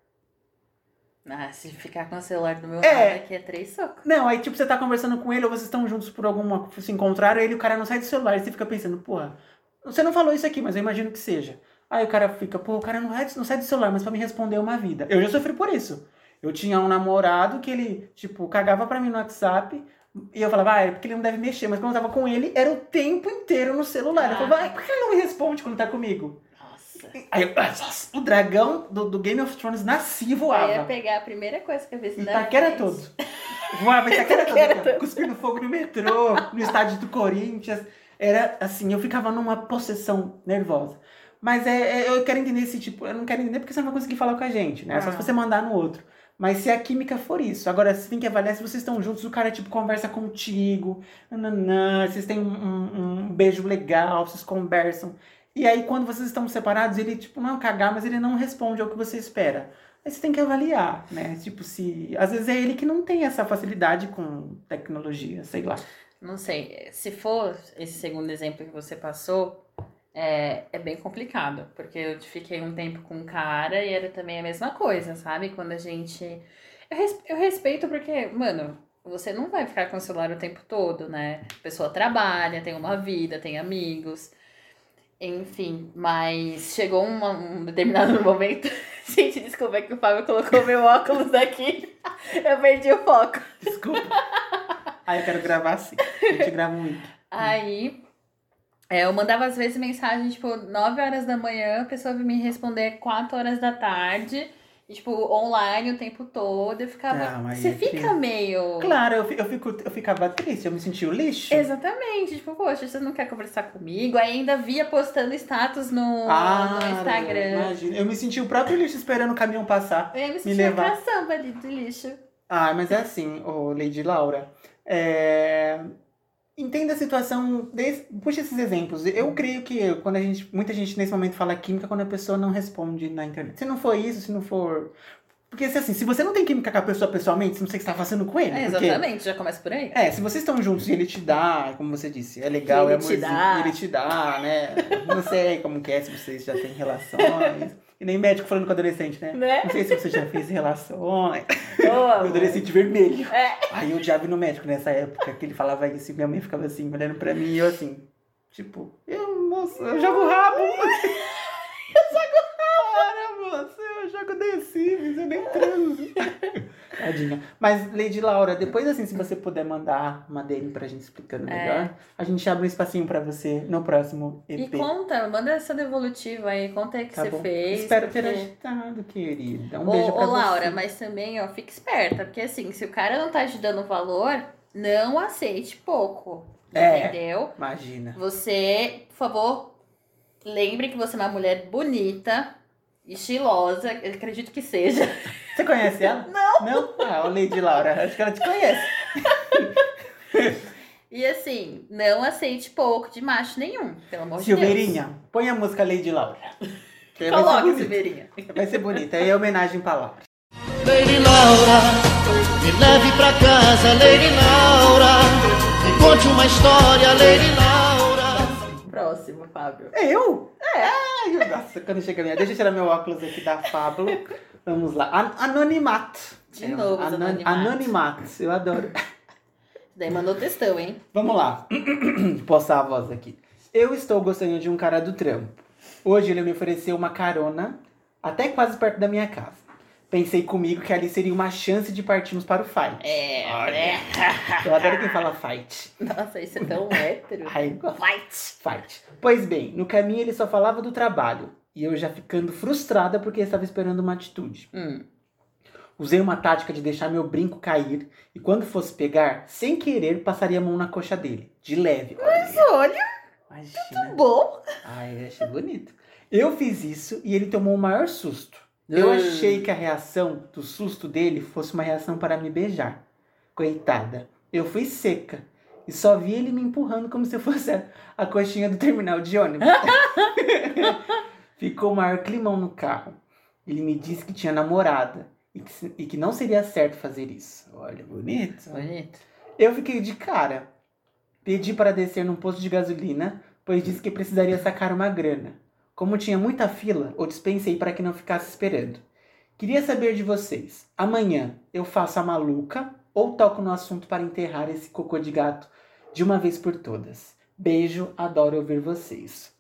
Speaker 1: Ah, se ficar com o celular do meu
Speaker 2: É.
Speaker 1: lado aqui é três socos.
Speaker 2: Não, aí tipo, você tá conversando com ele, ou vocês estão juntos por alguma. se encontraram, ele o cara não sai do celular, e você fica pensando, porra, você não falou isso aqui, mas eu imagino que seja. Aí o cara fica, pô, o cara não, é- não sai do celular, mas pra me responder é uma vida. Eu já sofri por isso. Eu tinha um namorado que ele, tipo, cagava pra mim no WhatsApp. E eu falava, ah, é porque ele não deve mexer. Mas quando eu tava com ele, era o tempo inteiro no celular. Eu
Speaker 1: Ah.
Speaker 2: falava, ah, por que ele não me responde quando tá comigo?
Speaker 1: Nossa.
Speaker 2: Aí eu, ah, o dragão do, do Game of Thrones nascia e
Speaker 1: Eu
Speaker 2: voava.
Speaker 1: ia pegar a primeira coisa que eu vi se na
Speaker 2: Itaquera é
Speaker 1: frente.
Speaker 2: todo. Voava Itaquera é
Speaker 1: Itaquera é
Speaker 2: todo. Cuspindo fogo no metrô, no estádio do Corinthians. Era assim, eu ficava numa possessão nervosa. Mas é, é- eu quero entender esse tipo. Eu não quero entender porque você não vai conseguir falar com a gente, né? Só se
Speaker 1: Não.
Speaker 2: você mandar no outro. Mas se a química for isso, agora você tem que avaliar se vocês estão juntos, o cara, tipo, conversa contigo, nananã, vocês têm um, um- um beijo legal, vocês conversam. E aí, quando vocês estão separados, ele, tipo, não é um cagar, mas ele não responde ao que você espera. Aí você tem que avaliar, né? Tipo, se. Às vezes é ele que não tem essa facilidade com tecnologia, sei lá.
Speaker 1: Não sei, se for esse segundo exemplo que você passou, é, é bem complicado, porque eu fiquei um tempo com um cara e era também a mesma coisa, sabe? Quando a gente. Eu, res- eu respeito porque, mano, você não vai ficar com o celular o tempo todo, né? A pessoa trabalha, tem uma vida, tem amigos, enfim, mas chegou uma- um determinado momento. Gente, desculpa é que o Fábio colocou meu óculos aqui, eu perdi o foco.
Speaker 2: Desculpa. Aí eu quero gravar assim. A gente grava um wiki.
Speaker 1: Aí é, eu mandava às vezes mensagem, tipo, 9 horas da manhã, a pessoa vinha me responder 4 horas da tarde, e, tipo, online o tempo todo, eu ficava.
Speaker 2: Não,
Speaker 1: Tá
Speaker 2: aí
Speaker 1: Você
Speaker 2: é
Speaker 1: fica
Speaker 2: triste.
Speaker 1: meio.
Speaker 2: Claro, eu, fi- eu, fico, eu ficava triste, eu me sentia o lixo.
Speaker 1: Exatamente, tipo, poxa, você não quer conversar comigo? Aí ainda via postando status no, no Instagram.
Speaker 2: Imagina. Eu me senti o próprio lixo esperando o caminhão passar.
Speaker 1: Eu ia me sentia
Speaker 2: levar.
Speaker 1: caçamba ali do lixo.
Speaker 2: Ah, mas é assim, ô Lady Laura. É, Entenda a situação. des- Puxa esses exemplos. Eu creio que quando a gente. Muita gente nesse momento fala química quando a pessoa não responde na internet. Se não for isso, se não for. Porque se assim, se você não tem química com a pessoa pessoalmente, você não sei o que você tá fazendo com ele.
Speaker 1: É,
Speaker 2: porque-
Speaker 1: exatamente, já começa por aí.
Speaker 2: É, se vocês estão juntos e ele te dá, como você disse, é legal,
Speaker 1: Ele
Speaker 2: é
Speaker 1: te
Speaker 2: amorzinho,
Speaker 1: dá.
Speaker 2: ele te dá, né? Não sei como que é, se vocês já têm relações. E nem médico falando com adolescente, né?
Speaker 1: Né?
Speaker 2: Não sei se você já fez relações.
Speaker 1: Ô, amor.
Speaker 2: O adolescente vermelho.
Speaker 1: É.
Speaker 2: Aí eu odiava ir no médico nessa época, que ele falava isso e minha mãe ficava assim, olhando pra mim e eu assim, Tipo, eu, moça, eu jogo rabo. eu jogo rabo. Para, moça, eu jogo The Sims, eu nem transo. Tadinha. Mas, Lady Laura, depois assim, se você puder mandar uma DM pra gente explicando
Speaker 1: É.
Speaker 2: melhor, a gente abre um espacinho pra você no próximo
Speaker 1: E
Speaker 2: EP.
Speaker 1: conta, manda essa devolutiva aí, conta aí o que
Speaker 2: Tá
Speaker 1: você
Speaker 2: bom?
Speaker 1: fez.
Speaker 2: Espero ter
Speaker 1: porque-
Speaker 2: ajudado, querida. Um
Speaker 1: Ô,
Speaker 2: beijo pra
Speaker 1: ô, Laura,
Speaker 2: você.
Speaker 1: mas também, ó, fica esperta, porque assim, se o cara não tá te dando valor, não aceite pouco.
Speaker 2: É.
Speaker 1: Entendeu?
Speaker 2: Imagina.
Speaker 1: Você, por favor, lembre que você é uma mulher bonita, estilosa, eu acredito que seja.
Speaker 2: Você conhece ela? Não. Não? Ah, ô Lady Laura, acho que ela te conhece.
Speaker 1: E assim, não aceite pouco de macho nenhum, pelo amor de Deus.
Speaker 2: Silveirinha, põe a música Lady Laura. Que vai ser
Speaker 1: Coloque,
Speaker 2: bonito.
Speaker 1: Silveirinha.
Speaker 2: Vai ser bonita. É homenagem pra Laura.
Speaker 4: Lady Laura, me leve pra casa, Lady Laura, me conte uma história, Lady Laura.
Speaker 1: Próximo, Fábio.
Speaker 2: Eu? É. nossa, quando chega a minha. Deixa eu tirar meu óculos aqui da Pablo. Vamos lá. An- anonimato.
Speaker 1: De novo os
Speaker 2: anon-
Speaker 1: anonimatos.
Speaker 2: Anonimato. Eu adoro.
Speaker 1: Daí mandou textão, hein?
Speaker 2: Vamos lá. Postar a voz aqui. Eu estou gostando de um cara do trampo. Hoje ele me ofereceu uma carona até quase perto da minha casa. Pensei comigo que ali seria uma chance de partirmos para o fight.
Speaker 1: É, né?
Speaker 2: Eu adoro quem fala fight.
Speaker 1: Nossa, isso é tão hétero.
Speaker 2: Ai, eu gosto.
Speaker 1: Fight!
Speaker 2: Fight. Pois bem, no caminho ele só falava do trabalho. E eu já ficando frustrada porque estava esperando uma atitude.
Speaker 1: Hum.
Speaker 2: Usei uma tática de deixar meu brinco cair e quando fosse pegar, sem querer, passaria a mão na coxa dele. De leve. Olha,
Speaker 1: Olha,
Speaker 2: imagina.
Speaker 1: bom.
Speaker 2: Ai, eu achei bonito. Eu fiz isso e ele tomou o maior susto. Eu
Speaker 1: Ai.
Speaker 2: achei que a reação do susto dele fosse uma reação para me beijar. Coitada. Eu fui seca. E só vi ele me empurrando como se eu fosse a- a coxinha do terminal de ônibus. Ficou o maior climão no carro. Ele me disse que tinha namorada e que, se- e que não seria certo fazer isso. Olha, bonito.
Speaker 1: Bonito.
Speaker 2: Eu fiquei de cara. Pedi para descer num posto de gasolina, pois disse que precisaria sacar uma grana. Como tinha muita fila, eu dispensei para que não ficasse esperando. Queria saber de vocês. Amanhã eu faço a maluca ou toco no assunto para enterrar esse cocô de gato de uma vez por todas? Beijo, adoro ouvir vocês.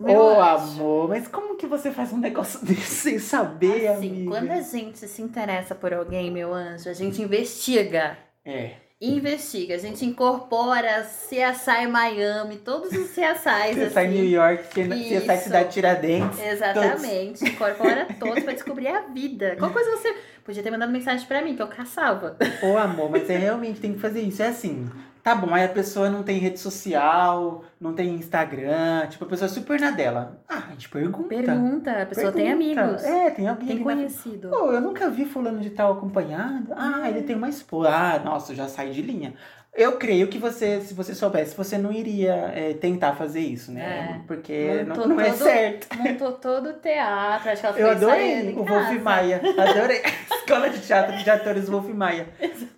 Speaker 2: Ô
Speaker 1: Eu acho.
Speaker 2: amor, mas como que você faz um negócio desse sem saber,
Speaker 1: Assim,
Speaker 2: amiga?
Speaker 1: quando a gente se interessa por alguém, meu anjo, a gente investiga.
Speaker 2: É,
Speaker 1: Investiga, a gente incorpora CSI Miami, todos os CSIs
Speaker 2: você sai em New
Speaker 1: assim.
Speaker 2: York, você você sai
Speaker 1: Isso.
Speaker 2: cidade Tiradentes.
Speaker 1: Exatamente, incorpora todos pra descobrir a vida. Qual coisa você podia ter mandado mensagem pra mim que eu caçava?
Speaker 2: Ô amor, mas você realmente tem que fazer isso. É assim, tá bom, aí a pessoa não tem rede social, não tem Instagram, tipo, a pessoa é super na dela. Ah, a gente pergunta.
Speaker 1: Pergunta, a pessoa tem
Speaker 2: pergunta.
Speaker 1: amigos,
Speaker 2: É, tem alguém
Speaker 1: tem
Speaker 2: ali na-
Speaker 1: conhecido.
Speaker 2: Pô, eu nunca vi fulano de tal acompanhado.
Speaker 1: É.
Speaker 2: Ah, ele tem uma esposa. Ah, nossa, eu já saí de linha. Eu creio que você, se você soubesse, você não iria é, tentar fazer isso, né? Porque não,
Speaker 1: Montou
Speaker 2: não é
Speaker 1: todo-
Speaker 2: certo.
Speaker 1: Montou todo o teatro, acho que ela
Speaker 2: Eu
Speaker 1: foi ensaiando
Speaker 2: adorei
Speaker 1: em
Speaker 2: o Wolf
Speaker 1: casa.
Speaker 2: Maia. Adorei. Escola de Teatro de Atores Wolf Maia.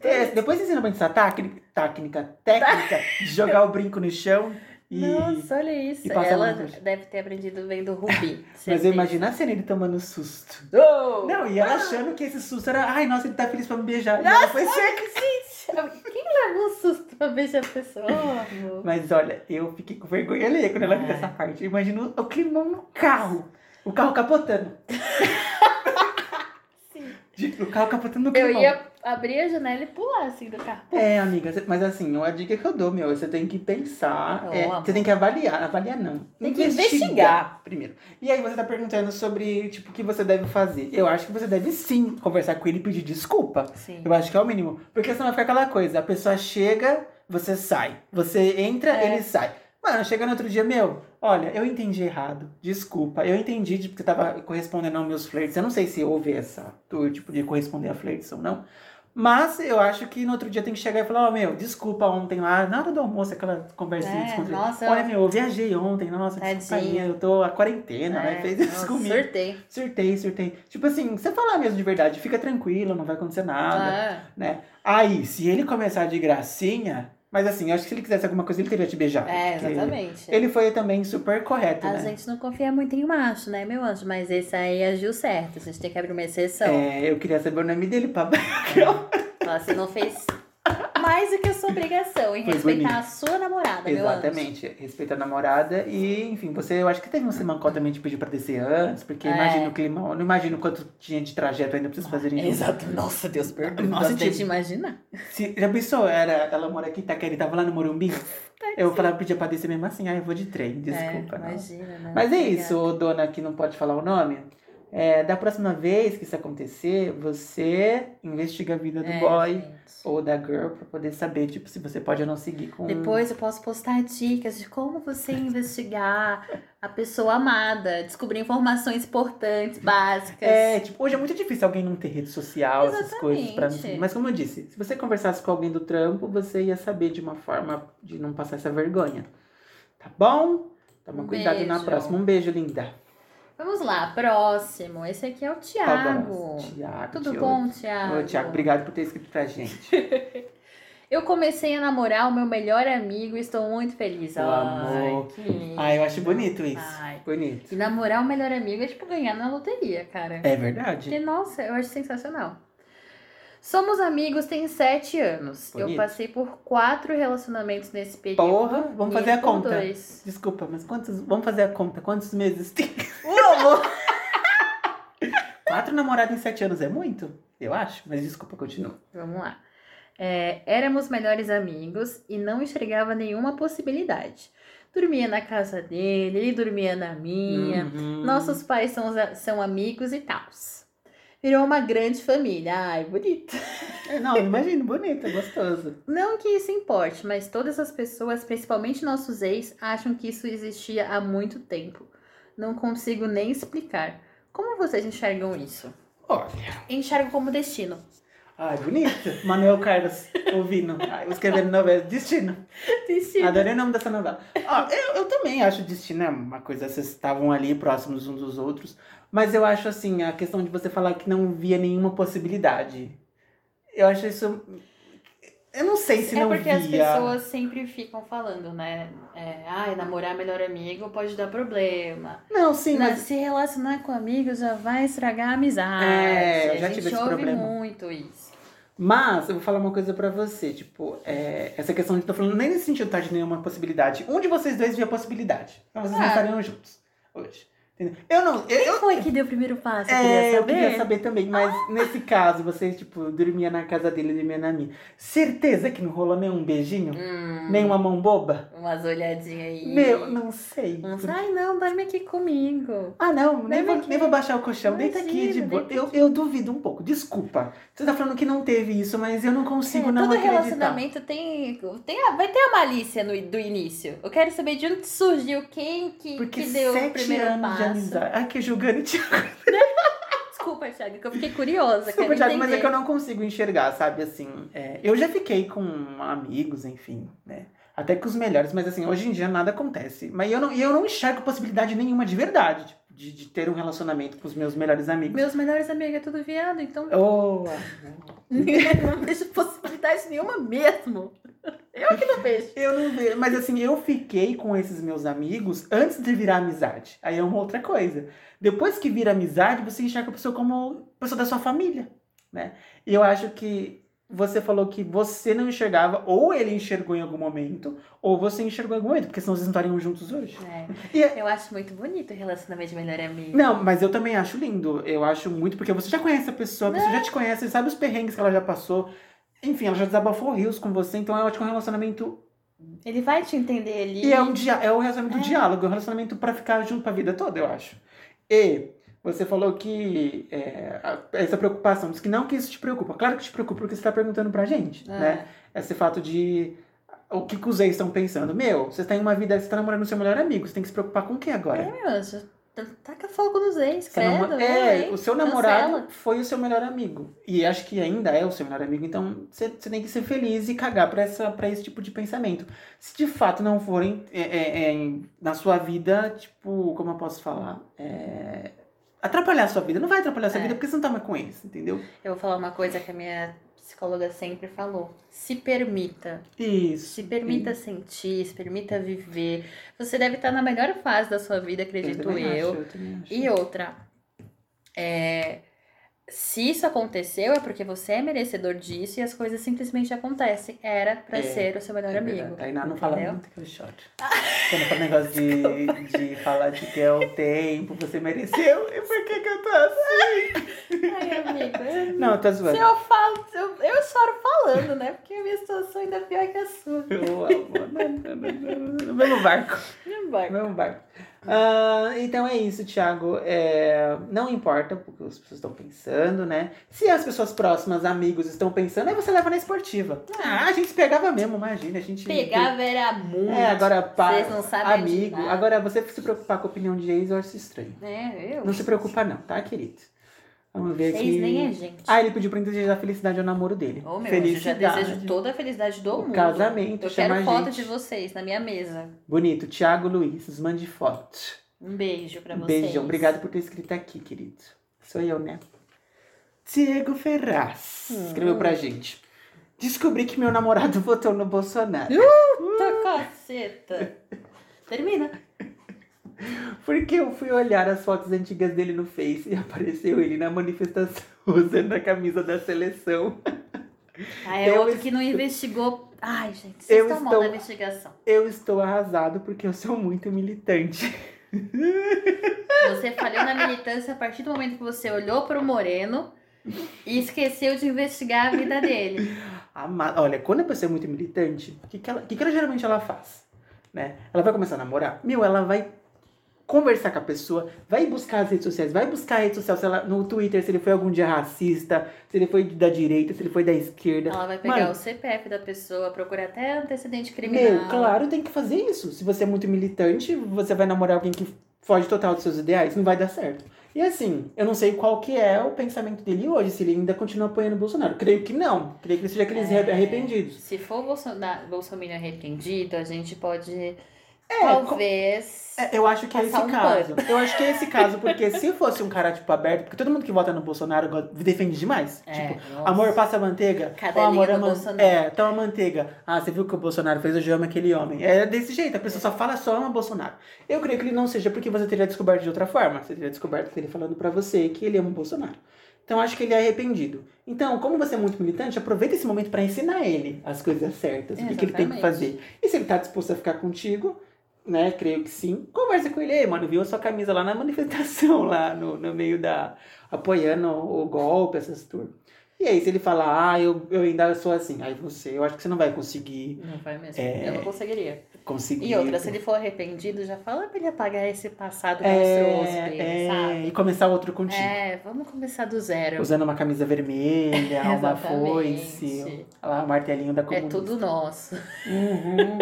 Speaker 2: É, depois ensina pra gente essa tácnica, tácnica, técnica de jogar o brinco no chão e.
Speaker 1: Nossa, olha isso.
Speaker 2: e passar
Speaker 1: Ela
Speaker 2: uma coisa.
Speaker 1: deve ter aprendido vendo Rubi.
Speaker 2: Mas
Speaker 1: certeza.
Speaker 2: eu imagino a cena ele tomando susto.
Speaker 1: Oh!
Speaker 2: Não, e ela achando que esse susto era. Ai, nossa, ele tá feliz pra me beijar. E ela foi seca.
Speaker 1: Quem leva um susto pra beijar a pessoa? amor?
Speaker 2: Mas olha, eu fiquei com vergonha alheia quando ela viu
Speaker 1: Ai.
Speaker 2: essa parte. Eu imagino o climão no carro. O carro capotando.
Speaker 1: Sim.
Speaker 2: Gente, O carro capotando no
Speaker 1: Eu
Speaker 2: climão.
Speaker 1: ia abrir a janela e pular assim do carro.
Speaker 2: É, amiga, cê- mas assim, não é a dica que eu dou, meu. Você tem que pensar,
Speaker 1: Não,
Speaker 2: é,
Speaker 1: amor.
Speaker 2: você tem que avaliar, avaliar não.
Speaker 1: Tem que
Speaker 2: investigar primeiro. E aí você tá perguntando sobre, tipo, o que você deve fazer. Eu acho que você deve sim conversar com ele e pedir desculpa.
Speaker 1: Sim.
Speaker 2: Eu acho que é o mínimo. Porque senão vai ficar aquela coisa, a pessoa chega, você sai. Você entra,
Speaker 1: É.
Speaker 2: ele sai. Mano, chega no outro dia, meu, olha, eu entendi errado, desculpa. Eu entendi de- porque tava correspondendo aos meus flirts. Eu não sei se houve essa, do tipo, de corresponder a flirts ou não. Mas eu acho que no outro dia tem que chegar e falar, ó, meu, desculpa ontem lá, na hora do almoço, aquela conversinha
Speaker 1: É,
Speaker 2: descontraída.
Speaker 1: nossa,
Speaker 2: Olha,
Speaker 1: eu-
Speaker 2: meu, eu viajei ontem, nossa, desculpa aí,
Speaker 1: Tadinho. É,
Speaker 2: eu tô a quarentena, né? Fez isso
Speaker 1: nossa,
Speaker 2: comigo.
Speaker 1: Surtei.
Speaker 2: Surtei, surtei. Tipo assim, você falar mesmo de verdade, fica tranquilo, não vai acontecer nada.
Speaker 1: Ah,
Speaker 2: Aí, se ele começar de gracinha, mas assim, eu acho que se ele quisesse alguma coisa, ele teria te beijado.
Speaker 1: é,
Speaker 2: porque
Speaker 1: exatamente.
Speaker 2: Ele foi também super correto,
Speaker 1: A
Speaker 2: né?
Speaker 1: gente não confia muito em macho, né, meu anjo? Mas esse aí agiu certo. A gente tem que então. abrir uma exceção.
Speaker 2: É, eu queria saber o nome dele, papai.
Speaker 1: Ela se não fez. Mas mais do que a sua obrigação em
Speaker 2: Foi
Speaker 1: respeitar
Speaker 2: bonito.
Speaker 1: a sua namorada, meu anjo.
Speaker 2: Exatamente. Respeita a namorada e, enfim, você, eu acho que teve um Simancó também te pediu pra descer antes, porque
Speaker 1: É.
Speaker 2: imagina o clima, eu não imagino quanto tinha de trajeto ainda pra vocês fazerem juntos.
Speaker 1: Exato. Nossa, Deus, perdoe.
Speaker 2: Nossa,
Speaker 1: Nossa, Gostei
Speaker 2: tipo-
Speaker 1: de imaginar.
Speaker 2: Se, já pensou, era, ela mora aqui, tá ele tava lá no Morumbi? eu falava, pedia pra descer mesmo assim, ah, eu vou de trem, desculpa.
Speaker 1: É,
Speaker 2: não.
Speaker 1: imagina, não.
Speaker 2: Mas é
Speaker 1: Obrigada.
Speaker 2: isso, ô dona que não pode falar o nome. É, da próxima vez que isso acontecer, você investiga a vida do
Speaker 1: É,
Speaker 2: boy
Speaker 1: gente.
Speaker 2: ou da girl pra poder saber, tipo, se você pode ou não seguir com.
Speaker 1: Depois eu posso postar dicas de como você investigar a pessoa amada, descobrir informações importantes, básicas.
Speaker 2: É, tipo, hoje é muito difícil alguém não ter rede social, essas
Speaker 1: Exatamente.
Speaker 2: coisas pra não seguir. Mas como eu disse, se você conversasse com alguém do trampo, você ia saber de uma forma de não passar essa vergonha. Tá bom? Toma
Speaker 1: Um
Speaker 2: cuidado na
Speaker 1: beijo.
Speaker 2: próxima. Um beijo, linda.
Speaker 1: Vamos lá, próximo. Esse aqui é
Speaker 2: Tá
Speaker 1: o Thiago.
Speaker 2: Tiago.
Speaker 1: Tudo bom, Thiago?
Speaker 2: Ô, Tiago, obrigado por ter escrito pra gente.
Speaker 1: Eu comecei a namorar o meu melhor amigo e estou muito feliz.
Speaker 2: Ô,
Speaker 1: Ai,
Speaker 2: amor.
Speaker 1: que lindo.
Speaker 2: Ai, Ah, eu acho bonito isso.
Speaker 1: Ai.
Speaker 2: Bonito.
Speaker 1: E namorar o melhor amigo é tipo ganhar na loteria, cara.
Speaker 2: É verdade.
Speaker 1: Porque, nossa, eu acho sensacional. Somos amigos tem sete anos.
Speaker 2: Bonito.
Speaker 1: Eu passei por quatro relacionamentos nesse período.
Speaker 2: Porra, vamos
Speaker 1: e
Speaker 2: fazer a
Speaker 1: ele por
Speaker 2: conta.
Speaker 1: Um Dois.
Speaker 2: Desculpa, mas quantos. Vamos fazer a conta. Quantos meses tem?
Speaker 1: Um
Speaker 2: Quatro namorados em sete anos é muito? Eu acho, mas desculpa, continua.
Speaker 1: Vamos lá. É, éramos melhores amigos e não enxergava nenhuma possibilidade. Dormia na casa dele, ele dormia na minha.
Speaker 2: Uhum.
Speaker 1: Nossos pais são, são amigos e tals. Virou uma grande família. Ai, bonito.
Speaker 2: É, Não, imagino, bonito, gostoso.
Speaker 1: Não que isso importe, mas todas as pessoas, principalmente nossos ex, acham que isso existia há muito tempo. Não consigo nem explicar. Como vocês enxergam isso?
Speaker 2: Olha.
Speaker 1: Enxergam como destino.
Speaker 2: Ai, bonito. Manuel Carlos ouvindo, ai, escrevendo novela. Destino.
Speaker 1: Destino.
Speaker 2: Adorei o nome dessa novela. Ó, eu, eu também acho destino é uma coisa, vocês estavam ali próximos uns dos outros, mas eu acho assim, a questão de você falar que não via nenhuma possibilidade. Eu acho isso. Eu não sei se
Speaker 1: é
Speaker 2: não
Speaker 1: porque
Speaker 2: via.
Speaker 1: as pessoas sempre ficam falando, né? É, Ai, namorar melhor amigo pode dar problema.
Speaker 2: Não, sim,
Speaker 1: Na-
Speaker 2: mas.
Speaker 1: Se relacionar com amigos já vai estragar a amizade.
Speaker 2: É, eu já
Speaker 1: a gente
Speaker 2: tive esse
Speaker 1: ouve
Speaker 2: problema.
Speaker 1: muito isso.
Speaker 2: Mas eu vou falar uma coisa pra você, tipo, é, essa questão de tô falando nem nesse sentido, tá? De nenhuma possibilidade. Um de vocês dois via a possibilidade. Então vocês não
Speaker 1: Ah.
Speaker 2: estariam juntos hoje. Entendeu? Eu não. Eu,
Speaker 1: Quem foi que deu o primeiro passo? Eu
Speaker 2: É,
Speaker 1: queria
Speaker 2: eu queria
Speaker 1: saber.
Speaker 2: saber também, mas nesse caso, você, tipo, dormia na casa dele, dormia na minha. Certeza que não rolou nenhum beijinho?
Speaker 1: Hum,
Speaker 2: Nem uma mão boba?
Speaker 1: Umas olhadinhas aí.
Speaker 2: Meu, não sei.
Speaker 1: Uns, Ai, não, dorme aqui comigo.
Speaker 2: Ah, não, nem
Speaker 1: Dorme
Speaker 2: vou,
Speaker 1: aqui.
Speaker 2: nem vou baixar o colchão. Deita aqui
Speaker 1: Imagina,
Speaker 2: de boa.
Speaker 1: deita
Speaker 2: Eu, eu duvido um pouco, desculpa. Você tá falando que não teve isso, mas eu não consigo
Speaker 1: É,
Speaker 2: não
Speaker 1: todo
Speaker 2: acreditar.
Speaker 1: relacionamento tem, tem a- vai ter a malícia no, do início. Eu quero saber de onde surgiu, quem que,
Speaker 2: Porque
Speaker 1: que deu o
Speaker 2: sete
Speaker 1: primeiro
Speaker 2: anos
Speaker 1: passo.
Speaker 2: de amizade. Ai, que julgando te
Speaker 1: Desculpa, Thiago, que eu fiquei curiosa.
Speaker 2: Desculpa,
Speaker 1: quero
Speaker 2: Thiago, mas é
Speaker 1: entender.
Speaker 2: que eu não consigo enxergar, sabe? Assim, é, eu já fiquei com amigos, enfim, né? Até que os melhores, mas assim, hoje em dia nada acontece. Mas eu não, e eu não enxergo possibilidade nenhuma de verdade tipo, de, de ter um relacionamento com os meus melhores amigos.
Speaker 1: Meus melhores amigos é tudo viado, então
Speaker 2: Oh,
Speaker 1: não deixo possibilidade nenhuma mesmo. Eu que não vejo.
Speaker 2: eu não vejo. Mas assim, eu fiquei com esses meus amigos antes de virar amizade. Aí é uma outra coisa. Depois que vira amizade, você enxerga a pessoa como pessoa da sua família, né? E eu acho que você falou que você não enxergava, ou ele enxergou em algum momento, ou você enxergou em algum momento, porque senão vocês não estariam juntos hoje. E é-
Speaker 1: Eu acho muito bonito o relacionamento de melhor amigo.
Speaker 2: Não, mas eu também acho lindo. Eu acho muito, porque você já conhece a pessoa, a pessoa já te conhece, você sabe os perrengues que ela já passou. Enfim, ela já desabafou rios com você, então eu acho que é um relacionamento
Speaker 1: Ele vai te entender ali.
Speaker 2: E é um, dia, é um relacionamento
Speaker 1: É.
Speaker 2: diálogo, é um relacionamento pra ficar junto pra vida toda, eu acho. E você falou que é, a- essa preocupação, diz que não que isso te preocupa. Claro que te preocupa porque você tá perguntando pra gente,
Speaker 1: É.
Speaker 2: né? Esse fato de o que, que os ex estão pensando. Meu, você tá em uma vida, você tá namorando seu melhor amigo, você tem que se preocupar com o que agora?
Speaker 1: É, meu anjo. t- Taca fogo nos ex,
Speaker 2: Seu
Speaker 1: credo. né?
Speaker 2: namo-
Speaker 1: eu,
Speaker 2: É,
Speaker 1: hein?
Speaker 2: o seu namorado
Speaker 1: Cancela.
Speaker 2: foi o seu melhor amigo. E acho que ainda é o seu melhor amigo, então você você tem que ser feliz e cagar pra, essa, pra esse tipo de pensamento. Se de fato não forem é, é, é, em- na sua vida, tipo, como eu posso falar? É, atrapalhar a sua vida. Não vai atrapalhar a sua
Speaker 1: É.
Speaker 2: vida porque você não tá mais com eles, entendeu?
Speaker 1: Eu vou falar uma coisa que a minha psicóloga sempre falou. Se permita.
Speaker 2: Isso.
Speaker 1: Se permita sentir, se permita viver. Você deve estar na melhor fase da sua vida, acredito eu.
Speaker 2: Uhum. também acho, eu também acho.
Speaker 1: E outra, é, se isso aconteceu, é porque você é merecedor disso e as coisas simplesmente acontecem. Era pra
Speaker 2: É,
Speaker 1: ser o seu melhor
Speaker 2: É
Speaker 1: amigo.
Speaker 2: verdade. A Iná não fala
Speaker 1: entendeu?
Speaker 2: muito que eu choro. Quando fala um negócio de, de falar de que é o tempo, você mereceu, e por que que eu tô assim?
Speaker 1: Ai, amigo. eu-
Speaker 2: Não, eu tô
Speaker 1: Se
Speaker 2: zoando.
Speaker 1: eu falo, eu, eu choro falando, né? Porque a minha situação ainda é pior que a sua.
Speaker 2: Eu amo. No mesmo barco.
Speaker 1: Não
Speaker 2: No mesmo barco. Ah, então é isso, Thiago. É, não importa o que as pessoas estão pensando, né? Se as pessoas próximas, amigos, estão pensando, aí você leva na esportiva. Ah, a gente pegava mesmo, imagina. A gente
Speaker 1: Pegava era muito.
Speaker 2: É, agora pá,
Speaker 1: Vocês não sabem
Speaker 2: amigo.
Speaker 1: de nada.
Speaker 2: Agora você se preocupar com a opinião de ex, eu acho estranho.
Speaker 1: É, eu.
Speaker 2: Não se preocupa não, tá, querido? Vamos ver aqui.
Speaker 1: Vocês nem é gente.
Speaker 2: Ah, ele pediu pra desejar felicidade ao namoro dele.
Speaker 1: Ô, meu anjo, já
Speaker 2: felicidade.
Speaker 1: desejo toda a felicidade do
Speaker 2: O
Speaker 1: mundo.
Speaker 2: casamento,
Speaker 1: Eu
Speaker 2: chama
Speaker 1: quero
Speaker 2: a
Speaker 1: foto
Speaker 2: gente.
Speaker 1: de vocês na minha mesa.
Speaker 2: Bonito, Thiago Luiz, nos mande foto.
Speaker 1: Um beijo pra vocês.
Speaker 2: Beijão, obrigado por ter escrito aqui, querido. Sou eu, né? Diego Ferraz
Speaker 1: Hum.
Speaker 2: escreveu pra gente. Descobri que meu namorado votou no Bolsonaro.
Speaker 1: Uh! Puta caceta. Termina.
Speaker 2: Porque eu fui olhar as fotos antigas dele no Face e apareceu ele na manifestação usando a camisa da seleção.
Speaker 1: Ah, é
Speaker 2: Eu
Speaker 1: outro que não investigou. Ai, gente, vocês
Speaker 2: Eu
Speaker 1: estão mal na
Speaker 2: estou-
Speaker 1: investigação.
Speaker 2: Eu estou arrasado porque eu sou muito militante.
Speaker 1: Você falhou na militância a partir do momento que você olhou pro Moreno e esqueceu de investigar a vida dele.
Speaker 2: Amado. Olha, quando a pessoa é muito militante, o que, que, ela, o que, que ela geralmente ela faz? Né? Ela vai começar a namorar? Meu, ela vai conversar com a pessoa, vai buscar as redes sociais, vai buscar a rede social, se ela, no Twitter, se ele foi algum dia racista, se ele foi da direita, se ele foi da esquerda.
Speaker 1: Ela vai pegar
Speaker 2: Mano,
Speaker 1: o CPF da pessoa, procurar até antecedente criminal.
Speaker 2: Meu, claro, tem que fazer isso. Se você é muito militante, você vai namorar alguém que foge total dos seus ideais, não vai dar certo. E assim, eu não sei qual que é o pensamento dele hoje, se ele ainda continua apoiando o Bolsonaro. Creio que não. Creio que ele seja aqueles
Speaker 1: É.
Speaker 2: arrependidos.
Speaker 1: Se for Bolsonaro, Bolsonaro arrependido, a gente pode
Speaker 2: É,
Speaker 1: talvez.
Speaker 2: É, Eu acho que é esse
Speaker 1: Passar um
Speaker 2: caso. Eu acho que é esse caso, porque se fosse um cara, tipo, aberto, porque todo mundo que vota no Bolsonaro go- defende demais.
Speaker 1: É,
Speaker 2: Tipo,
Speaker 1: nossa.
Speaker 2: amor, passa a manteiga.
Speaker 1: Cadelinha
Speaker 2: Ó, amor,
Speaker 1: do
Speaker 2: a man-
Speaker 1: Bolsonaro.
Speaker 2: É, toma manteiga. Ah, você viu o que o Bolsonaro fez hoje, ama aquele homem. É desse jeito, a pessoa só fala, só ama Bolsonaro. Eu creio que ele não seja porque você teria descoberto de outra forma. Você teria descoberto que ele falando pra você que ele ama o Bolsonaro. Então acho que ele é arrependido. Então, como você é muito militante, aproveita esse momento pra ensinar ele as coisas certas, o que que ele tem que
Speaker 1: Exatamente.
Speaker 2: fazer. E se ele tá disposto a ficar contigo, né? Creio que sim. Conversa com ele aí, mano. Viu a sua camisa lá na manifestação, lá no, no meio da. apoiando o o golpe, essas turmas. E aí, se ele falar, ah, eu, eu ainda sou assim, aí você, eu acho que você não vai conseguir
Speaker 1: Não vai mesmo.
Speaker 2: É.
Speaker 1: Eu não conseguiria.
Speaker 2: conseguir.
Speaker 1: E outra, se ele for arrependido, já fala pra ele apagar esse passado monstruoso dele,
Speaker 2: é,
Speaker 1: sabe?
Speaker 2: é, e começar outro contigo.
Speaker 1: É, vamos começar do zero.
Speaker 2: Usando uma camisa vermelha, é uma foice,
Speaker 1: Exatamente.
Speaker 2: lá, o martelinho da
Speaker 1: É
Speaker 2: comunista.
Speaker 1: tudo nosso.
Speaker 2: Uhum.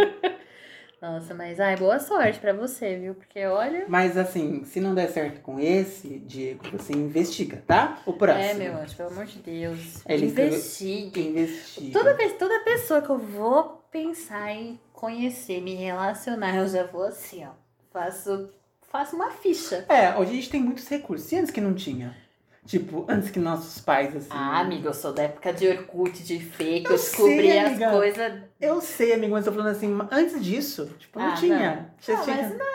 Speaker 1: Nossa, mas ai, boa sorte pra você, viu? Porque olha. é,
Speaker 2: Mas assim, se não der certo com esse, Diego, você investiga, tá? O próximo.
Speaker 1: É, meu anjo, pelo amor de Deus.
Speaker 2: Ele escreveu-
Speaker 1: Investigue.
Speaker 2: Investiga.
Speaker 1: Toda vez, toda pessoa que eu vou pensar em conhecer, me relacionar, eu já vou assim, ó. Faço, faço uma ficha.
Speaker 2: É, hoje a gente tem muitos recursos. E antes que não tinha? Tipo, antes que nossos pais, assim.
Speaker 1: Ah, amiga, eu sou da época de Orkut, de fake, eu,
Speaker 2: Eu
Speaker 1: descobri
Speaker 2: sei,
Speaker 1: as
Speaker 2: amiga.
Speaker 1: coisas.
Speaker 2: Eu sei, amigo, mas eu tô falando assim, mas antes disso, tipo, não
Speaker 1: Ah,
Speaker 2: tinha. Você
Speaker 1: Não,
Speaker 2: tinha-
Speaker 1: mas não,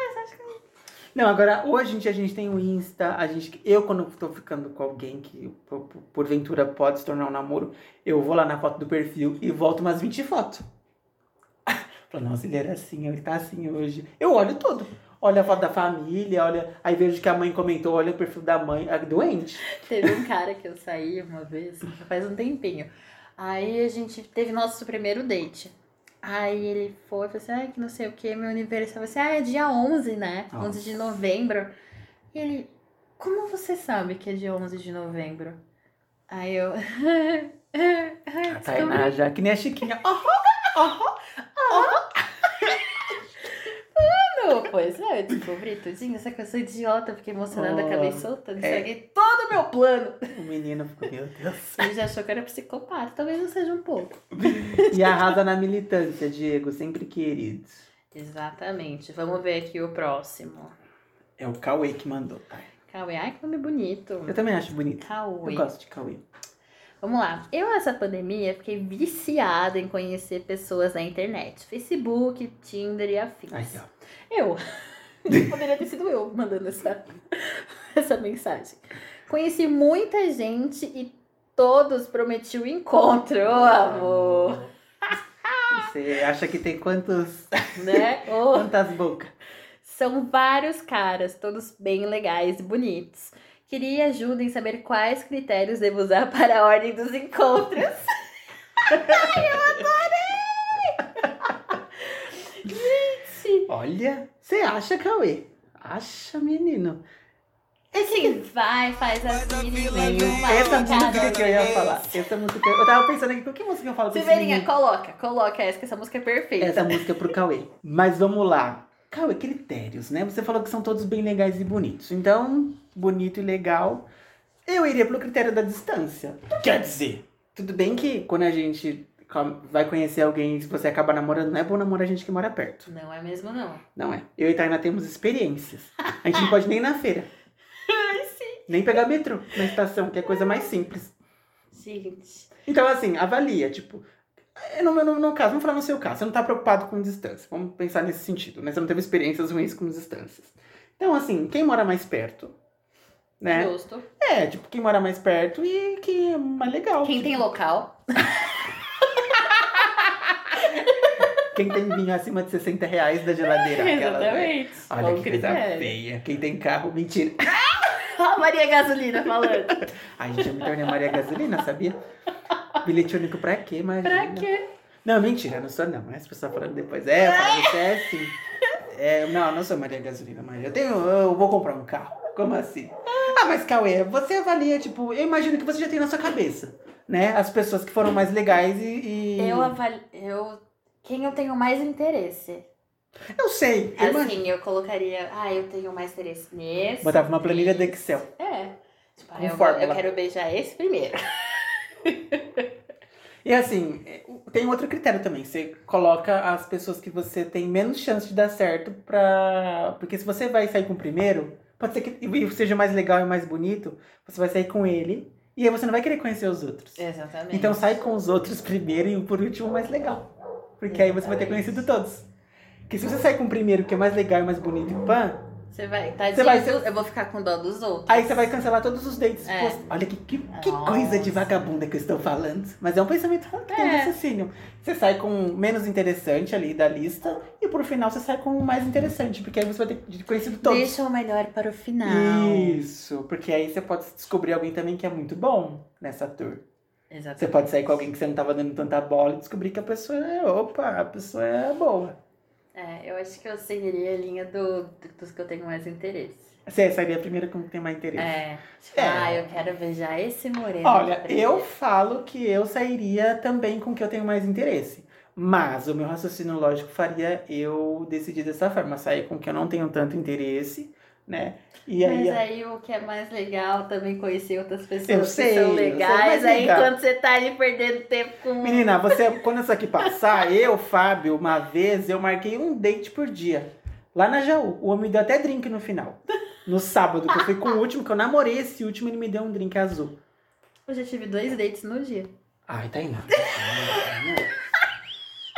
Speaker 2: Não, agora hoje gente, a gente tem o Insta, a gente, eu quando tô ficando com alguém que por- por- porventura pode se tornar um namoro, eu vou lá na foto do perfil e volto umas 20 fotos. Falo, nossa, ele era assim, ele tá assim hoje. Eu olho tudo. Olho a foto da família, olha, aí vejo que a mãe comentou, olha o perfil da mãe, a doente.
Speaker 1: teve um cara que eu saí uma vez, já faz um tempinho. Aí a gente teve nosso primeiro date. Aí ele foi, falou assim, ai, que não sei o que, meu aniversário. Eu falei assim, ah, é dia 11, né?
Speaker 2: Nossa.
Speaker 1: 11 de novembro. E ele, como você sabe que é dia 11 de novembro? Aí eu...
Speaker 2: A
Speaker 1: ai, descobri
Speaker 2: Tainá já, que nem a Chiquinha. Ó,
Speaker 1: Não, pois é, eu descobri tudinho, só que eu sou idiota, fiquei emocionada,
Speaker 2: Oh,
Speaker 1: acabei soltando,
Speaker 2: é.
Speaker 1: estraguei todo o meu plano.
Speaker 2: o menino ficou, meu Deus.
Speaker 1: Ele já achou que eu era psicopata, talvez eu seja um pouco.
Speaker 2: E arrasa na militância, Diego, sempre querido.
Speaker 1: Exatamente, vamos ver aqui o próximo.
Speaker 2: É o Cauê que mandou, tá?
Speaker 1: Cauê, ai que nome bonito.
Speaker 2: Eu também acho bonito. Eu
Speaker 1: Cauê.
Speaker 2: gosto de Cauê.
Speaker 1: Vamos lá. Eu, nessa pandemia, fiquei viciada em conhecer pessoas na internet. Facebook, Tinder e afins.
Speaker 2: Aí, ó.
Speaker 1: Eu. Poderia ter sido eu mandando essa, essa mensagem. Conheci muita gente e todos prometiam encontro, ô amor.
Speaker 2: Você acha que tem quantos,
Speaker 1: Né? Ô,
Speaker 2: quantas bocas?
Speaker 1: São vários caras, todos bem legais e bonitos. Queria ajuda em saber quais critérios devo usar para a ordem dos encontros. Ai, eu adorei! Gente!
Speaker 2: Olha, você acha, Cauê? Acha, menino.
Speaker 1: Assim, vai, faz assim, vem, vai,
Speaker 2: Essa
Speaker 1: cada
Speaker 2: música que eu ia
Speaker 1: vez.
Speaker 2: falar. Essa música. Eu tava pensando aqui, que música eu falo pra esse
Speaker 1: Silveirinha,
Speaker 2: menino?
Speaker 1: coloca, coloca essa, que essa música é perfeita.
Speaker 2: Essa música é pro Cauê. Mas vamos lá. Cauê, critérios, né? Você falou que são todos bem legais e bonitos. Então, bonito e legal, eu iria pelo critério da distância. Quer dizer, tudo bem que quando a gente com- vai conhecer alguém, se você acaba namorando, não é bom namorar gente que mora perto.
Speaker 1: Não é mesmo, não.
Speaker 2: Não é. Eu e Tainá temos experiências. A gente não pode nem ir na feira. Nem pegar metrô na estação, que é coisa mais simples.
Speaker 1: Gente.
Speaker 2: Então, assim, avalia, tipo. é, No meu no meu caso, vamos falar no seu caso. Você não tá preocupado com distância. Vamos pensar nesse sentido, né? Você não teve experiências ruins com distâncias. Então, assim, quem mora mais perto, né?
Speaker 1: Justo.
Speaker 2: É, tipo, quem mora mais perto e que é mais legal.
Speaker 1: Quem
Speaker 2: tipo,
Speaker 1: tem local?
Speaker 2: Tipo, quem tem vinho acima de 60 reais da geladeira. aquela, né? Olha que coisa feia. Quem tem carro, mentira.
Speaker 1: Olha a Maria Gasolina falando.
Speaker 2: Ai, gente, eu me tornei Maria Gasolina, sabia? Bilhete único pra quê, imagina?
Speaker 1: pra quê?
Speaker 2: Não, mentira, eu não sou não. As pessoas falando depois. É, eu falo, você é assim. É, não, eu não sou Maria Gasolina, mas eu tenho. Eu vou comprar um carro. Como assim? Ah, mas Cauê, você avalia, tipo, eu imagino que você já tem na sua cabeça, né? As pessoas que foram mais legais e. e-
Speaker 1: Eu avalio. Eu... Quem eu tenho mais interesse?
Speaker 2: Eu sei, eu imagino.
Speaker 1: Assim, eu colocaria. Ah, eu tenho mais interesse nesse.
Speaker 2: Botava uma planilha do
Speaker 1: nesse.
Speaker 2: Excel.
Speaker 1: É. Tipo, ah,
Speaker 2: Com
Speaker 1: eu, vou-
Speaker 2: fórmula.
Speaker 1: eu quero beijar esse primeiro.
Speaker 2: E assim, é, tem outro critério também. Você coloca as pessoas que você tem menos chance de dar certo pra. Porque se você vai sair com o primeiro, pode ser que e seja mais legal e mais bonito, você vai sair com ele e aí você não vai querer conhecer os
Speaker 1: É.
Speaker 2: outros.
Speaker 1: Exatamente.
Speaker 2: Então sai com os outros primeiro e o por último o mais legal. Porque aí você vai ter
Speaker 1: Exatamente.
Speaker 2: conhecido todos. Porque se você sair com o primeiro que é mais legal e mais bonito e pã,
Speaker 1: Você vai. tá Tadinho,
Speaker 2: Você vai ser-
Speaker 1: eu- eu vou ficar com dó dos outros.
Speaker 2: aí você vai cancelar todos os dates.
Speaker 1: É.
Speaker 2: Poxa, Olha que, que, que
Speaker 1: Nossa.
Speaker 2: coisa de vagabunda que eu estou falando. Mas é um pensamento que tem
Speaker 1: É.
Speaker 2: raciocínio. Você sai com o menos interessante ali da lista e por final você sai com o mais interessante. Porque aí você vai ter conhecido todos.
Speaker 1: Deixa o melhor para o final.
Speaker 2: Isso, porque aí você pode descobrir alguém também que é muito bom nessa tour.
Speaker 1: Exatamente.
Speaker 2: Você pode sair com alguém que você não tava dando tanta bola e descobrir que a pessoa é. Opa, a pessoa é boa.
Speaker 1: É, eu acho que eu seguiria a linha do, dos que eu tenho mais interesse.
Speaker 2: Você sairia primeiro com quem tem mais interesse.
Speaker 1: É. Tipo,
Speaker 2: É.
Speaker 1: ah, eu quero beijar esse moreno.
Speaker 2: Olha,
Speaker 1: aqui
Speaker 2: eu
Speaker 1: primeiro.
Speaker 2: falo que eu sairia também com o que eu tenho mais interesse. Mas o meu raciocínio lógico faria eu decidir dessa forma, sair com o que eu não tenho tanto interesse, né? E
Speaker 1: Mas
Speaker 2: aí.
Speaker 1: aí o que é mais legal também conhecer outras pessoas
Speaker 2: Eu
Speaker 1: que
Speaker 2: sei, eu
Speaker 1: são
Speaker 2: sei,
Speaker 1: legais.
Speaker 2: mas
Speaker 1: aí
Speaker 2: legal.
Speaker 1: enquanto você tá ali perdendo tempo com. um
Speaker 2: Menina, você, quando isso aqui passar, eu, Fábio, uma vez eu marquei um date por dia. Lá na Jaú. O homem me deu até drink no final. No sábado, que eu fui com o último, que eu namorei esse último, ele me deu um drink azul.
Speaker 1: Eu já tive dois dates no dia.
Speaker 2: Ai, tá indo.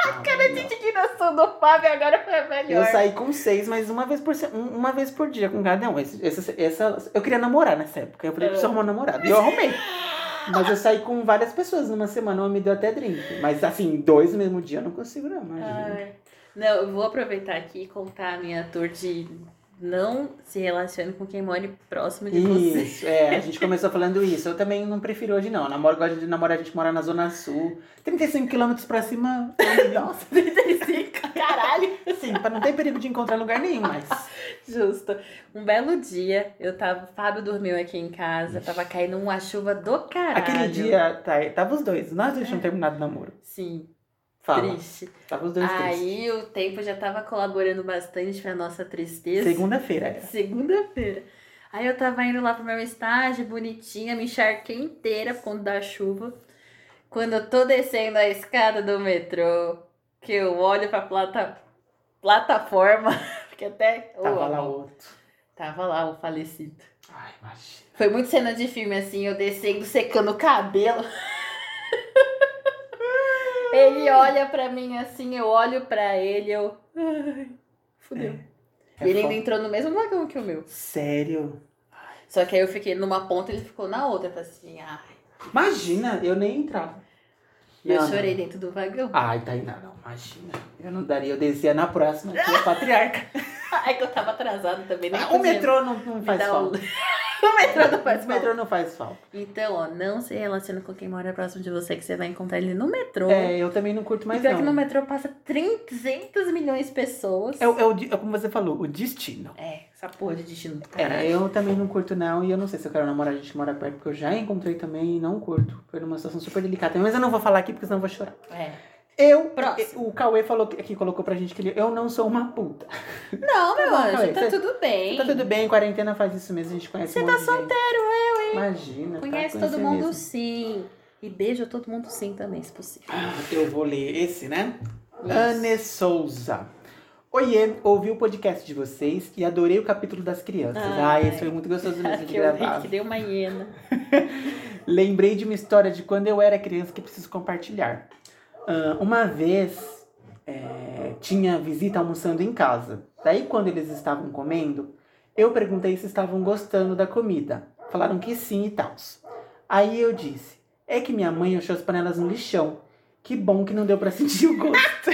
Speaker 2: A cara de
Speaker 1: indignação do Fábio agora foi a
Speaker 2: Eu saí com seis, mas uma vez por, se- um- uma vez por dia com cada um. Esse- essa, essa- eu queria namorar nessa época. Eu falei, preciso arrumar um namorado. E eu arrumei. Mas eu saí com várias pessoas numa semana, uma me deu até drink. Mas assim, dois no mesmo dia eu não consigo, não. Imagina.
Speaker 1: Ai. Não, eu vou aproveitar aqui e contar a minha tour de não se relacione com quem mora próximo de você.
Speaker 2: Isso, é, a gente começou falando isso. Eu também não prefiro hoje, não. Eu Namoro, gosto de namorar, a gente mora na Zona Sul. 35 quilômetros pra cima. Nossa,
Speaker 1: 35, caralho!
Speaker 2: assim, pra não ter perigo de encontrar lugar nenhum, mas.
Speaker 1: Justo. Um belo dia, eu tava. o Fábio dormiu aqui em casa, tava caindo uma chuva do caralho.
Speaker 2: Aquele dia, tá, tava os dois. Nós dois tínhamos terminado o namoro.
Speaker 1: Sim,
Speaker 2: Fala.
Speaker 1: triste.
Speaker 2: Tava os dois tristes.
Speaker 1: Aí o tempo já tava colaborando bastante pra nossa tristeza.
Speaker 2: Segunda-feira é. era.
Speaker 1: Segunda-feira. Aí eu tava indo lá pro meu estágio, bonitinha, me encharquei inteira por conta da chuva. Quando eu tô descendo a escada do metrô, que eu olho pra plata... plataforma, porque até. Ô,
Speaker 2: Tava lá
Speaker 1: amor,
Speaker 2: outro.
Speaker 1: tava lá o falecido.
Speaker 2: Ai, imagina.
Speaker 1: Foi muito cena de filme, assim, eu descendo, secando o cabelo. ele olha pra mim assim, eu olho pra ele, eu. Ai, fudeu.
Speaker 2: É
Speaker 1: ele
Speaker 2: foda.
Speaker 1: É. ainda entrou no mesmo vagão que o meu.
Speaker 2: Sério? Ai,
Speaker 1: Só que aí eu fiquei numa ponta e ele ficou na outra. Eu falei assim, ai.
Speaker 2: Imagina, eu nem entrava.
Speaker 1: E eu
Speaker 2: Não, não.
Speaker 1: chorei dentro do vagão.
Speaker 2: Ai, Tainá, não, imagina. Eu não daria, eu descia na próxima, que é patriarca.
Speaker 1: Ai, que eu tava atrasada também. Nem
Speaker 2: o
Speaker 1: podia
Speaker 2: metrô não, não
Speaker 1: me
Speaker 2: faz
Speaker 1: dar um-
Speaker 2: falta.
Speaker 1: o metrô não faz falta.
Speaker 2: O metrô não faz falta.
Speaker 1: Então, ó, não se relaciona com quem mora próximo de você, que você vai encontrar ele no metrô.
Speaker 2: É, eu também não curto
Speaker 1: Mas
Speaker 2: mais
Speaker 1: pior que no
Speaker 2: não.
Speaker 1: metrô passa 300 milhões de pessoas.
Speaker 2: É, o- é o di- é como você falou, o destino.
Speaker 1: É, essa porra de destino do caralho.
Speaker 2: É, eu também não curto não, e eu não sei se eu quero namorar a gente que mora perto, porque eu já encontrei também e não curto. Foi numa situação super delicada, mas eu não vou falar aqui porque senão eu vou chorar.
Speaker 1: É.
Speaker 2: Eu,
Speaker 1: Próximo.
Speaker 2: o Cauê falou que, que colocou pra gente que ele, eu não sou uma puta.
Speaker 1: Não, meu
Speaker 2: bom,
Speaker 1: anjo,
Speaker 2: Cauê,
Speaker 1: tá
Speaker 2: cê-
Speaker 1: tudo bem.
Speaker 2: Tá tudo bem, quarentena faz isso mesmo, a gente conhece
Speaker 1: Você
Speaker 2: um
Speaker 1: tá
Speaker 2: monte de solteiro, eu, hein? Imagina. tá,
Speaker 1: Conhece
Speaker 2: conhecer
Speaker 1: todo mundo
Speaker 2: mesmo.
Speaker 1: sim. E beija todo mundo sim também, se possível.
Speaker 2: Ah, eu vou ler esse, né?
Speaker 1: Isso.
Speaker 2: Anne Souza. Oiê, ouvi o podcast de vocês e adorei o capítulo das crianças.
Speaker 1: Ai.
Speaker 2: Ai, esse foi muito gostoso mesmo de
Speaker 1: Ah, é. que eu vi
Speaker 2: gravar.
Speaker 1: que deu uma hiena.
Speaker 2: Lembrei de uma história de quando eu era criança que preciso compartilhar. Ah, uma vez é, tinha visita almoçando em casa. Daí, quando eles estavam comendo, eu perguntei se estavam gostando da comida. Falaram que sim e tal. Aí eu disse: É que minha mãe achou as panelas no lixão. Que bom que não deu pra sentir o gosto.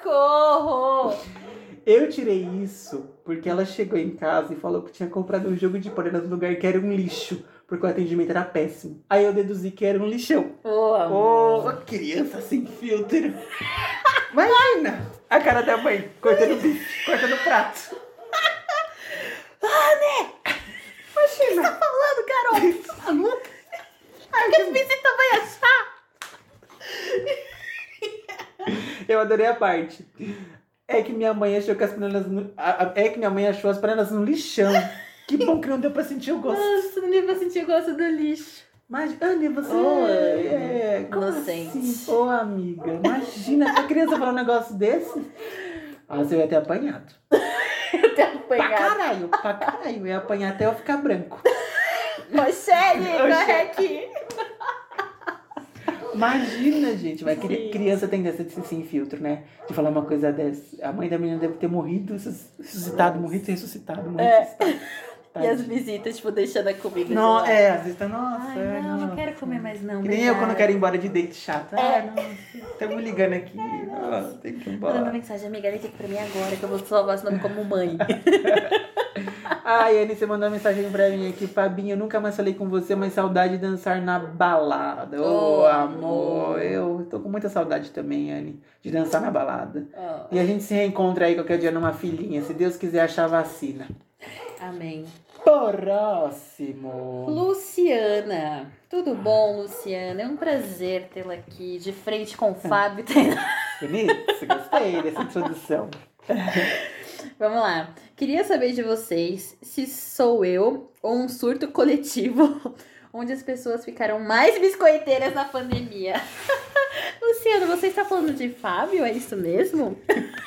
Speaker 1: Socorro!
Speaker 2: Eu tirei isso porque ela chegou em casa e falou que tinha comprado um jogo de panelas no lugar que era um lixo, porque o atendimento era péssimo. Aí eu deduzi que era um lixão.
Speaker 1: Ô, amor.
Speaker 2: Ô, criança sem filtro. Imagina! A cara da mãe cortando o bife, cortando o prato.
Speaker 1: Ah, né? Tá falando, garoto? Tá maluca? Ai, que visita vai achar?
Speaker 2: Eu adorei a parte. É que minha mãe achou que as panelas. no- a- a- É que minha mãe achou as panelas no lixão. Que bom que não deu pra sentir o gosto.
Speaker 1: Nossa, nem vou sentir gosto do lixo.
Speaker 2: Mas, Anne, você
Speaker 1: Ô,
Speaker 2: é. como
Speaker 1: inocente.
Speaker 2: assim? Ô, amiga, imagina a criança falar um negócio desse. Ah, você ia ter apanhado.
Speaker 1: Eu tenho
Speaker 2: Pra
Speaker 1: apanhado.
Speaker 2: caralho, pra caralho. Eu ia apanhar até eu ficar branco.
Speaker 1: Rochelle, corre
Speaker 2: Rochelle.
Speaker 1: aqui.
Speaker 2: Imagina, gente, mas cri-
Speaker 1: Sim.
Speaker 2: criança tem dessa de ser sem filtro, né? De falar uma coisa dessa. A mãe da menina deve ter morrido, sus- ressuscitado, morrido, ressuscitado, morrido,
Speaker 1: É.
Speaker 2: ressuscitado.
Speaker 1: E as
Speaker 2: Tadinha.
Speaker 1: visitas, tipo, deixando a comida. de
Speaker 2: Não,
Speaker 1: lado.
Speaker 2: é, às vezes tá, nossa.
Speaker 1: Ai,
Speaker 2: ai,
Speaker 1: não, não
Speaker 2: nossa.
Speaker 1: quero comer mais não.
Speaker 2: Que nem eu quando
Speaker 1: obrigada.
Speaker 2: quero ir embora de date chato.
Speaker 1: É.
Speaker 2: Ah, nossa, estamos ligando aqui. Nossa, tem que ir
Speaker 1: Manda uma
Speaker 2: embora.
Speaker 1: mensagem, amiga, vem aqui pra mim agora, que eu vou salvar esse nome como mãe.
Speaker 2: Ai, Anne, você mandou uma mensagem pra mim aqui. Fabinho, eu nunca mais falei com você, mas saudade de dançar na balada. Ô,
Speaker 1: Oh,
Speaker 2: amor, eu tô com muita saudade também, Anne, de dançar na balada.
Speaker 1: Ó,
Speaker 2: E a gente se reencontra aí qualquer dia numa filhinha, se Deus quiser achar vacina.
Speaker 1: amém.
Speaker 2: Próximo!
Speaker 1: Luciana. Tudo bom, Luciana? É um prazer tê-la aqui, de frente com o Fábio.
Speaker 2: Bonito, gostei dessa introdução.
Speaker 1: Vamos lá. Queria saber de vocês se sou eu ou um surto coletivo onde as pessoas ficaram mais biscoiteiras na pandemia. Luciano, você está falando de Fábio? É isso mesmo?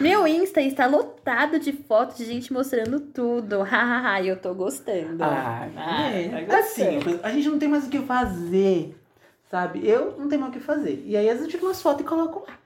Speaker 1: Meu Insta está lotado de fotos de gente mostrando tudo. Hahaha, eu tô gostando.
Speaker 2: Ah, é,
Speaker 1: tá
Speaker 2: assim,
Speaker 1: certo.
Speaker 2: a gente não tem mais o que fazer, sabe? Eu não tenho mais o que fazer. E aí às vezes eu tiro umas fotos e coloco lá.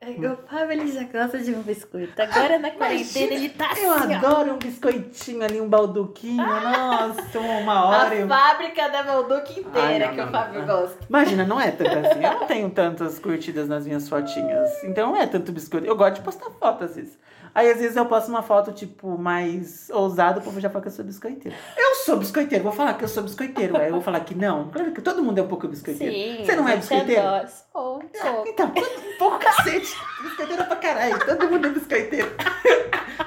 Speaker 1: É, O Fábio ele já gosta de um biscoito. Agora na quarentena ele tá assim,
Speaker 2: Eu
Speaker 1: ó.
Speaker 2: adoro um biscoitinho ali, um balduquinho, nossa, uma hora. um
Speaker 1: A
Speaker 2: eu-
Speaker 1: fábrica da Malduca inteira
Speaker 2: Ai, não,
Speaker 1: que o
Speaker 2: não,
Speaker 1: Fábio
Speaker 2: não.
Speaker 1: gosta.
Speaker 2: Imagina, não é tanto assim. Eu não tenho tantas curtidas nas minhas fotinhas. Então não é tanto biscoito. Eu gosto de postar foto às vezes. Aí às vezes eu posto uma foto, tipo, mais ousada, o povo já fala que eu sou biscoiteiro. Eu sou biscoiteiro, vou falar que eu sou biscoiteiro. Aí eu vou falar que não. Claro que todo mundo é um pouco biscoiteiro.
Speaker 1: Sim.
Speaker 2: Você não é
Speaker 1: a gente
Speaker 2: biscoiteiro?
Speaker 1: adora. Sou, sou.
Speaker 2: Então, todo- pouco cacete. Biscoiteiro pra caralho. Todo mundo é biscoiteiro.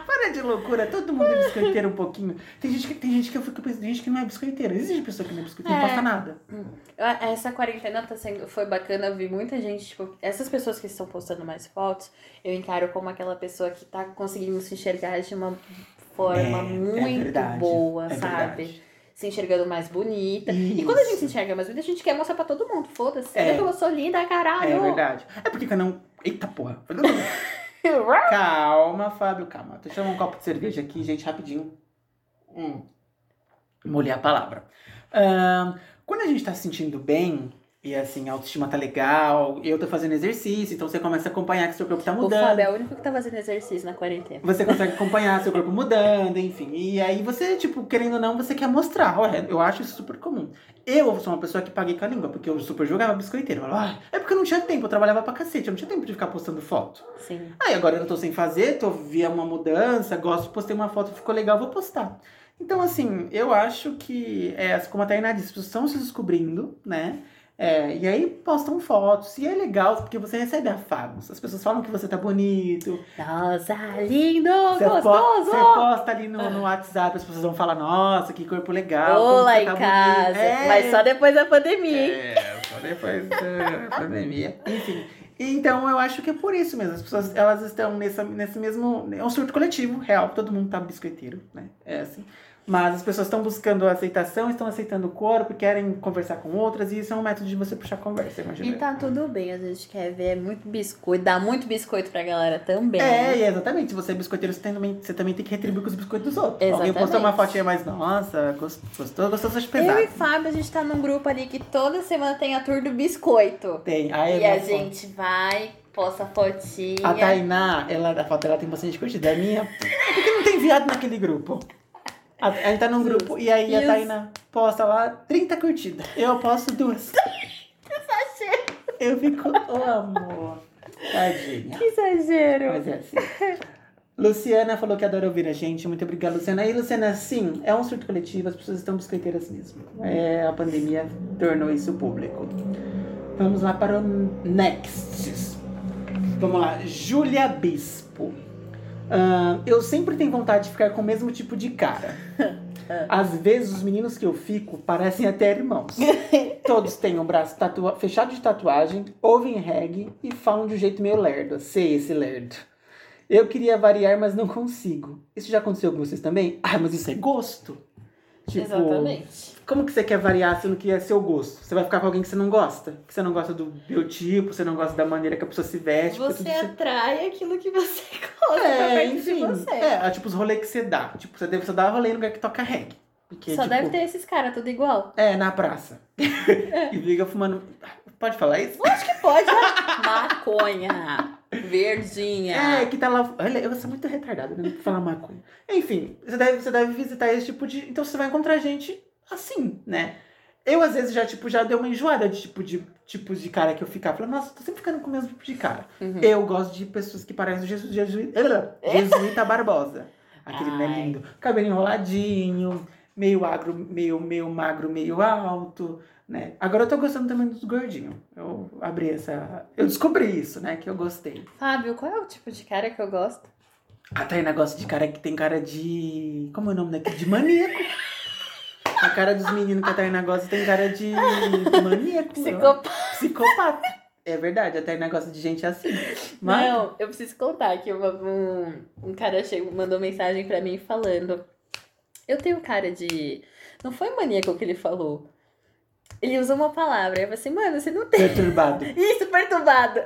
Speaker 2: Para de loucura, todo mundo é biscoiteiro um pouquinho. Tem gente que, tem gente que eu fico pensando, tem gente que não é biscoiteiro. Existe pessoa que não é biscoiteiro, não
Speaker 1: É.
Speaker 2: posta nada.
Speaker 1: Ah, Essa quarentena tá sendo, foi bacana. Eu vi muita gente, tipo, essas pessoas que estão postando mais fotos, eu encaro como aquela pessoa que tá conseguindo se enxergar de uma forma
Speaker 2: É, é
Speaker 1: muito
Speaker 2: verdade,
Speaker 1: boa,
Speaker 2: é
Speaker 1: sabe?
Speaker 2: verdade.
Speaker 1: Se enxergando mais bonita. E
Speaker 2: Isso.
Speaker 1: quando a gente se enxerga mais bonita, a gente quer mostrar pra todo mundo. Foda-se.
Speaker 2: É.
Speaker 1: Olha como eu sou linda, caralho.
Speaker 2: É verdade. É porque que eu não. Eita porra! Calma, Fábio, calma. Deixa eu tomar um copo de cerveja aqui, gente, rapidinho. Hum. Molhei a palavra. Ahn, quando a gente tá se sentindo bem, E assim, a autoestima tá legal, eu tô fazendo exercício, então você começa a acompanhar que seu corpo tá
Speaker 1: O Fábio
Speaker 2: mudando.
Speaker 1: é o único que tá fazendo exercício na quarentena.
Speaker 2: Você consegue acompanhar seu corpo mudando, enfim. E aí você, tipo, querendo ou não, você quer mostrar. Olha, eu acho isso super comum. Eu sou uma pessoa que paguei com a língua, porque eu super jogava biscoiteiro. Eu falava, "Ai, é porque eu não tinha tempo, eu trabalhava pra cacete, eu não tinha tempo de ficar postando foto.
Speaker 1: Sim.
Speaker 2: Aí agora eu tô sem fazer, tô via uma mudança, gosto, postei uma foto, ficou legal, vou postar. Então, assim, eu acho que, é, como a Tainá disse, as pessoas estão se descobrindo, né? É, e aí postam fotos, e é legal, porque você recebe afagos. As pessoas falam que você tá bonito,
Speaker 1: Nossa, lindo,
Speaker 2: você é po-
Speaker 1: gostoso!
Speaker 2: você posta ali no, no WhatsApp, as pessoas vão falar, nossa, que corpo legal. como
Speaker 1: Olá
Speaker 2: você
Speaker 1: em
Speaker 2: tá bonito."
Speaker 1: casa.
Speaker 2: É,
Speaker 1: Mas só depois da pandemia, hein?
Speaker 2: é, só depois da é, pandemia. Enfim. Então eu acho que é por isso mesmo. As pessoas elas estão nessa, nesse mesmo. É um surto coletivo, real. Todo mundo tá biscoiteiro, né? É assim. Mas as pessoas estão buscando aceitação, estão aceitando o corpo, querem conversar com outras, e isso é um método de você puxar conversa,
Speaker 1: E
Speaker 2: imagina.
Speaker 1: tá tudo bem, às vezes quer ver é muito biscoito, dá muito biscoito pra galera também.
Speaker 2: É,
Speaker 1: né?
Speaker 2: e exatamente. Se você é biscoiteiro, você também, você também tem que retribuir com os biscoitos dos outros. Alguém
Speaker 1: Exatamente.
Speaker 2: postou uma fotinha mais, nossa, gost- gostou, gostou, gostou de
Speaker 1: Eu
Speaker 2: pesar.
Speaker 1: e Fábio, a gente tá num grupo ali que toda semana tem a tour do biscoito.
Speaker 2: Tem. Aí é
Speaker 1: e a
Speaker 2: minha foto.
Speaker 1: gente vai, posta fotinha.
Speaker 2: né, A Tainá, ela, a foto dela tem bastante curtida. A minha. Por que não tem viado naquele grupo? A, a gente tá num grupo e aí a
Speaker 1: E os-
Speaker 2: Tainá posta lá 30 curtidas. Eu posto duas.
Speaker 1: Exagero,
Speaker 2: Eu fico, ô amor. Tadinha.
Speaker 1: que exagero.
Speaker 2: Mas é assim. Luciana falou que adora ouvir a gente. Muito obrigada, Luciana. E, Luciana, sim, é um surto coletivo, as pessoas estão biscoiteiras mesmo. É, a pandemia tornou isso público. Vamos lá para o next. Vamos lá, Júlia Bispo. Ah, eu sempre tenho vontade de ficar com o mesmo tipo de cara. Às vezes, os meninos que eu fico parecem até irmãos. Todos têm o braço tatua- fechado de tatuagem, ouvem reggae e falam de um jeito meio lerdo. Sei esse lerdo. Eu queria variar, mas não consigo. Isso já aconteceu com vocês também? Ah, mas isso é gosto? Tipo,
Speaker 1: Exatamente.
Speaker 2: como que você quer variar sendo que é seu gosto? Você vai ficar com alguém que você não gosta? Que você não gosta do biotipo, você não gosta da maneira que a pessoa se veste. porque
Speaker 1: Você
Speaker 2: é, tipo, tudo isso-
Speaker 1: atrai aquilo que você gosta pra
Speaker 2: É,
Speaker 1: perto de
Speaker 2: enfim.
Speaker 1: você.
Speaker 2: É, é, tipo os rolês que você dá. Tipo, você deve só dar rolê no lugar que toca reggae. Porque,
Speaker 1: Só
Speaker 2: tipo,
Speaker 1: deve ter esses caras, tudo igual.
Speaker 2: É, na praça. e liga fumando. Pode falar isso?
Speaker 1: Acho que pode, né? Maconha, verdinha.
Speaker 2: É, que tá lá. Olha, eu sou muito retardada, né? Pra falar maconha. Enfim, você deve, você deve visitar esse tipo de. Então você vai encontrar gente assim, né? Eu, às vezes, já, tipo, já dei uma enjoada de tipo de tipos de cara que eu ficava. Falei, nossa, tô sempre ficando com o mesmo tipo de cara.
Speaker 1: Uhum.
Speaker 2: Eu gosto de pessoas que parecem o Jesus, Jesus, Jesuíta Barbosa. Aquele né,
Speaker 1: Ai.
Speaker 2: lindo. Cabelo enroladinho, meio agro, meio, meio magro, meio alto, né? Agora eu tô gostando também dos gordinhos. Eu abri essa. Eu descobri isso, né? Que eu gostei.
Speaker 1: Fábio, qual é o tipo de cara que eu gosto?
Speaker 2: A Tainá gosta de cara que tem cara de. Como é o nome daqui? De maníaco. A cara dos meninos que a Tainá gosta tem cara de maníaco.
Speaker 1: Psicopata.
Speaker 2: Psicopata. É verdade, a Tainá gosta de gente assim. Mas
Speaker 1: Não, eu preciso contar que uma- um, um cara chegou, mandou mensagem pra mim falando. Eu tenho cara de. Não foi maníaco que ele falou. Ele usou uma palavra. Eu falei assim, mano, você não tem.
Speaker 2: perturbado.
Speaker 1: Isso, perturbado.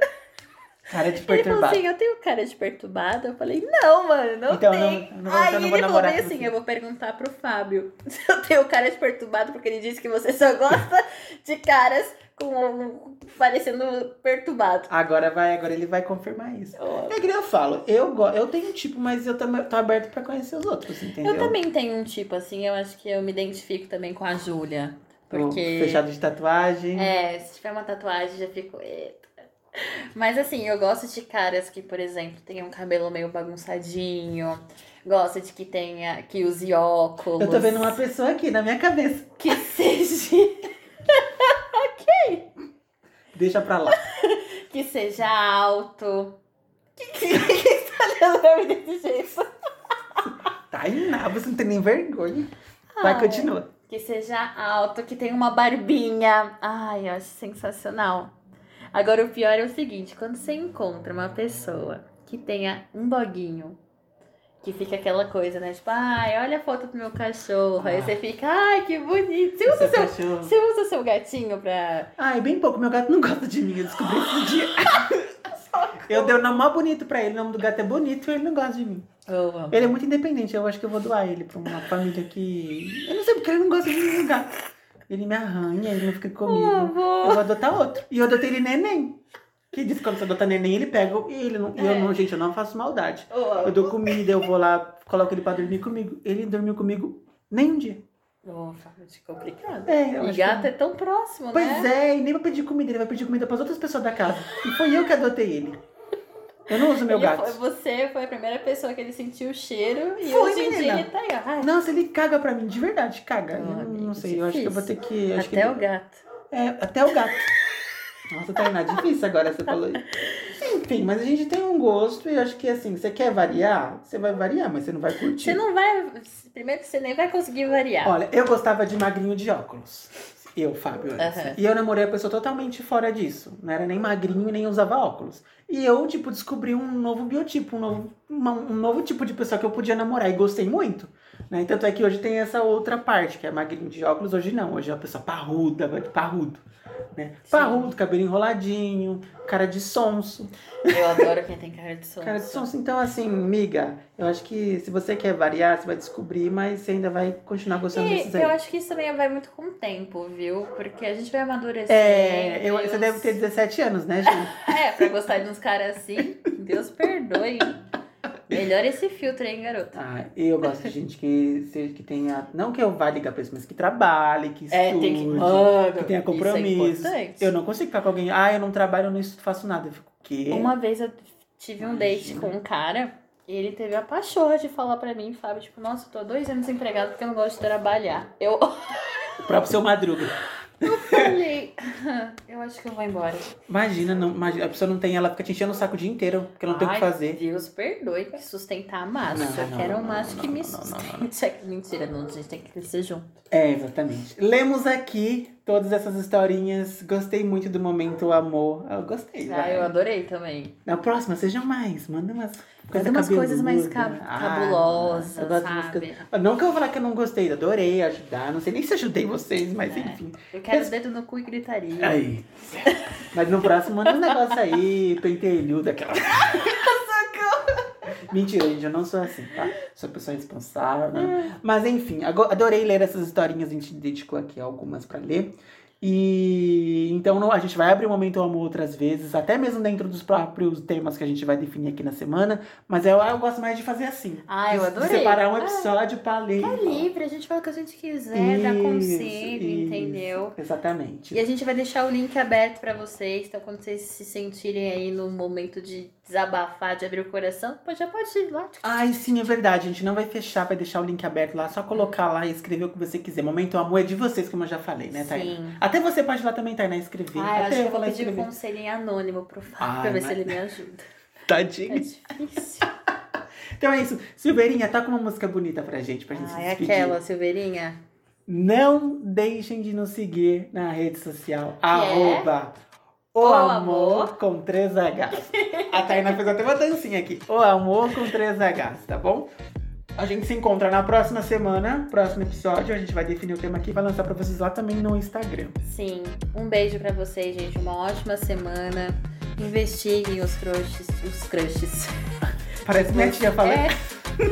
Speaker 2: Cara de
Speaker 1: Ele falou
Speaker 2: perturbado.
Speaker 1: assim, eu tenho cara de perturbado. Eu falei, não, mano, não
Speaker 2: Então, não,
Speaker 1: tem.
Speaker 2: não, não,
Speaker 1: Aí
Speaker 2: então não
Speaker 1: ele
Speaker 2: vou
Speaker 1: falou
Speaker 2: namorar
Speaker 1: bem
Speaker 2: com
Speaker 1: assim,
Speaker 2: você.
Speaker 1: eu vou perguntar pro Fábio se eu tenho cara de perturbado, porque ele disse que você só gosta de caras com parecendo perturbado.
Speaker 2: Agora vai, agora ele vai confirmar isso.
Speaker 1: Eu,
Speaker 2: É que nem eu falo, eu, go- eu tenho um tipo, mas eu também tô aberto pra conhecer os outros, entendeu?
Speaker 1: eu também tenho um tipo assim, eu acho que eu me identifico também com a Júlia.
Speaker 2: Tô
Speaker 1: Porque.
Speaker 2: Fechado de tatuagem.
Speaker 1: É, se tiver uma tatuagem, já fico. "Eita". Mas assim, eu gosto de caras que, por exemplo, tenham um cabelo meio bagunçadinho. Gosto de que tenha. que use óculos.
Speaker 2: Eu tô vendo uma pessoa aqui na minha cabeça.
Speaker 1: Que seja.
Speaker 2: Deixa pra lá.
Speaker 1: Que seja alto. Que que que
Speaker 2: tá
Speaker 1: está lendo o nome desse jeito?
Speaker 2: Tainá, Tá você não tem nem vergonha. Vai,
Speaker 1: Ai.
Speaker 2: continua.
Speaker 1: Que seja alto, que tenha uma barbinha. Ai, eu acho sensacional. Agora o pior é o seguinte, quando você encontra uma pessoa que tenha um doguinho, que fica aquela coisa, né? Tipo, ai, olha a foto do meu cachorro. Aí
Speaker 2: Ah. é
Speaker 1: você fica, ai, que bonito. Você usa,
Speaker 2: Seu
Speaker 1: seu,
Speaker 2: cachorro.
Speaker 1: você usa seu gatinho pra.
Speaker 2: Ai, bem pouco. Meu gato não gosta de mim. Eu descobri esse dia. Eu dei o nome mó bonito pra ele. O nome do gato é bonito e ele não gosta de mim.
Speaker 1: Eu amo.
Speaker 2: Ele é muito independente. Eu acho que eu vou doar ele pra uma família que. Eu não sei porque ele não gosta de mim no gato. Ele me arranha, ele não fica comigo.
Speaker 1: Ô,
Speaker 2: Eu
Speaker 1: avô.
Speaker 2: vou adotar outro. E eu adotei ele neném. Que diz que quando você adota neném, ele pega. E ele não. e eu
Speaker 1: É.
Speaker 2: não, gente, eu não faço maldade.
Speaker 1: Ô,
Speaker 2: Eu dou comida, eu vou lá, coloco ele pra dormir comigo. Ele dormiu comigo nem um dia.
Speaker 1: Nossa, é complicado.
Speaker 2: É, eu
Speaker 1: E
Speaker 2: acho
Speaker 1: gato
Speaker 2: que-
Speaker 1: é tão próximo, né?
Speaker 2: Pois é, e nem vai pedir comida, ele vai pedir comida pras outras pessoas da casa. E foi eu que adotei ele. Eu não uso é, meu
Speaker 1: Ele
Speaker 2: gato.
Speaker 1: foi- você foi a primeira pessoa que ele sentiu o cheiro e
Speaker 2: Foi,
Speaker 1: hoje em dia
Speaker 2: menina.
Speaker 1: ele tá aí. ó. Ai,
Speaker 2: Nossa, ele caga pra mim, de verdade, caga.
Speaker 1: Ah,
Speaker 2: Eu não,
Speaker 1: amigo,
Speaker 2: sei, eu acho que eu vou ter que. acho que
Speaker 1: até o gato.
Speaker 2: É, até o gato. Nossa, Tainá, difícil agora você falou isso. Enfim, mas a gente tem um gosto e eu acho que assim, você quer variar, você vai variar, mas você não vai curtir.
Speaker 1: Você não vai. Primeiro que você nem vai conseguir variar.
Speaker 2: Olha, eu gostava de magrinho de óculos. Eu, Fábio. antes.
Speaker 1: Aham.
Speaker 2: E eu namorei a pessoa totalmente fora disso. Não era nem magrinho, nem usava óculos. E eu, tipo, descobri um novo biotipo, um novo, uma- um novo tipo de pessoa que eu podia namorar. E gostei muito. Né? E Tanto é que hoje tem essa outra parte, que é magrinho de óculos. Hoje não. Hoje é uma pessoa parruda, parrudo. Né?
Speaker 1: Sim.
Speaker 2: Parrudo, cabelo enroladinho, cara de sonso.
Speaker 1: Eu adoro quem tem cara de sono.
Speaker 2: Cara de sonso. Então, assim, miga, eu acho que se você quer variar, você vai descobrir, mas você ainda vai continuar gostando desses
Speaker 1: E
Speaker 2: aí.
Speaker 1: eu acho que isso também vai muito com o tempo, viu? Porque a gente vai amadurecendo.
Speaker 2: É, eu-
Speaker 1: e
Speaker 2: você
Speaker 1: os-
Speaker 2: deve ter 17 anos, né, gente?
Speaker 1: É, pra gostar de uns caras assim, Deus perdoe. Melhor esse filtro, hein, garota?
Speaker 2: Ah, eu gosto de gente que, se- que tenha. Não que eu vá ligar pra isso, mas que trabalhe, que estude.
Speaker 1: É, tem que. Mano,
Speaker 2: que tenha
Speaker 1: isso é
Speaker 2: compromissos.
Speaker 1: importante.
Speaker 2: Eu não consigo ficar com alguém. Ah, eu não trabalho, eu não estudo, faço nada. Eu fico, o quê?
Speaker 1: Uma vez eu tive um date
Speaker 2: Imagina.
Speaker 1: com um cara e ele teve a pachorra de falar pra mim, Fábio, tipo, nossa, eu tô há dois anos empregado porque eu não gosto de trabalhar. Eu
Speaker 2: O próprio seu madruga.
Speaker 1: falei, eu acho que eu vou embora.
Speaker 2: Imagina, não, imagina, a pessoa não tem, ela fica te enchendo o saco o dia inteiro, porque não tem o que
Speaker 1: Ai,
Speaker 2: fazer.
Speaker 1: Deus perdoe que sustentar a massa.
Speaker 2: Não,
Speaker 1: eu
Speaker 2: não,
Speaker 1: quero
Speaker 2: não,
Speaker 1: um macho
Speaker 2: não,
Speaker 1: que
Speaker 2: não,
Speaker 1: me
Speaker 2: não, não, não,
Speaker 1: sustente. Mentira, não, a gente tem que crescer junto.
Speaker 2: É, exatamente. Lemos aqui todas essas historinhas. Gostei muito do momento amor. Eu gostei.
Speaker 1: Ah,
Speaker 2: vai.
Speaker 1: eu adorei também.
Speaker 2: Na próxima, sejam mais. Manda umas
Speaker 1: Manda umas coisas mais
Speaker 2: cabeluda.
Speaker 1: cab-
Speaker 2: Ah,
Speaker 1: cabulosas,
Speaker 2: eu gosto de umas
Speaker 1: sabe?
Speaker 2: coisas- Não que eu vou falar que eu não gostei, adorei ajudar. Não sei nem se ajudei vocês, mas
Speaker 1: É.
Speaker 2: enfim.
Speaker 1: Eu quero dedo no cu e gritaria.
Speaker 2: Aí. Mas no próximo manda um negócio aí, pentelhudo, aquela. Mentira, gente, eu não sou assim, tá? Sou pessoa responsável. né? Mas enfim, ago- adorei ler essas historinhas, a gente dedicou aqui algumas pra ler. E então não- a gente vai abrir o momento amor outras vezes, até mesmo dentro dos próprios temas que a gente vai definir aqui na semana. Mas eu, eu gosto mais de fazer assim.
Speaker 1: Ah, eu
Speaker 2: de- de
Speaker 1: adorei.
Speaker 2: separar um
Speaker 1: Ah,
Speaker 2: episódio pra ler.
Speaker 1: É livre, a gente fala o que a gente quiser, dá
Speaker 2: Isso,
Speaker 1: conselho,
Speaker 2: isso,
Speaker 1: entendeu?
Speaker 2: Exatamente.
Speaker 1: E a gente vai deixar o link aberto pra vocês, então quando vocês se sentirem aí no momento de desabafar, de abrir o coração, pô, já pode ir lá.
Speaker 2: Ai, sim, é verdade. A gente não vai fechar, vai deixar o link aberto lá. Só colocar lá e escrever o que você quiser. Momento amor é de vocês, como eu já falei, né, Tainá?
Speaker 1: Sim.
Speaker 2: Até você pode ir lá também, Tainá,
Speaker 1: Ah,
Speaker 2: escrever.
Speaker 1: eu
Speaker 2: Até
Speaker 1: acho que eu vou
Speaker 2: lá
Speaker 1: pedir um
Speaker 2: escrever.
Speaker 1: conselho em anônimo pro Fábio
Speaker 2: Ai,
Speaker 1: pra ver
Speaker 2: Ah, mas-
Speaker 1: se ele me ajuda. É
Speaker 2: Tadinho.
Speaker 1: difícil.
Speaker 2: Então é isso. Silveirinha, toca uma música bonita pra gente, pra gente
Speaker 1: Ah,
Speaker 2: se
Speaker 1: é
Speaker 2: despedir.
Speaker 1: aquela, Silveirinha.
Speaker 2: Não deixem de nos seguir na rede social.
Speaker 1: é?
Speaker 2: Arroba. O,
Speaker 1: O
Speaker 2: amor,
Speaker 1: Amor.
Speaker 2: com 3 Hs. A Tainá fez até uma dancinha aqui. O amor com 3 Hs, tá bom? A gente se encontra na próxima semana, próximo episódio. A gente vai definir o tema aqui e vai lançar pra vocês lá também no Instagram.
Speaker 1: Sim. Um beijo pra vocês, gente. Uma ótima semana. Investiguem os crushes. Os crushes.
Speaker 2: Parece minha tia falando.
Speaker 1: É,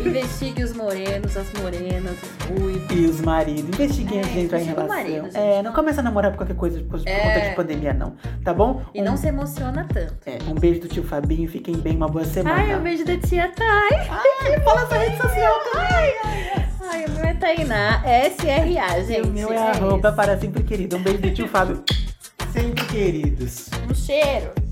Speaker 1: investigue os morenos, as morenas, os ruivos.
Speaker 2: E os maridos, investiguem
Speaker 1: É,
Speaker 2: a gente aí em
Speaker 1: investiga o
Speaker 2: relação.
Speaker 1: marido, gente. É.
Speaker 2: É, não começa a namorar por qualquer coisa por, por conta de pandemia, não. Tá bom?
Speaker 1: E
Speaker 2: um,
Speaker 1: não se emociona tanto.
Speaker 2: é, um beijo do tio Fabinho, fiquem bem, uma boa semana.
Speaker 1: Ai, um beijo da tia Thay. Ai, fala sua rede social também. Ai, o meu é Tainá, SRA,
Speaker 2: E
Speaker 1: gente.
Speaker 2: o meu é
Speaker 1: isso.
Speaker 2: arroba para sempre querido. Um beijo do tio Fábio. Sempre queridos.
Speaker 1: Um cheiro.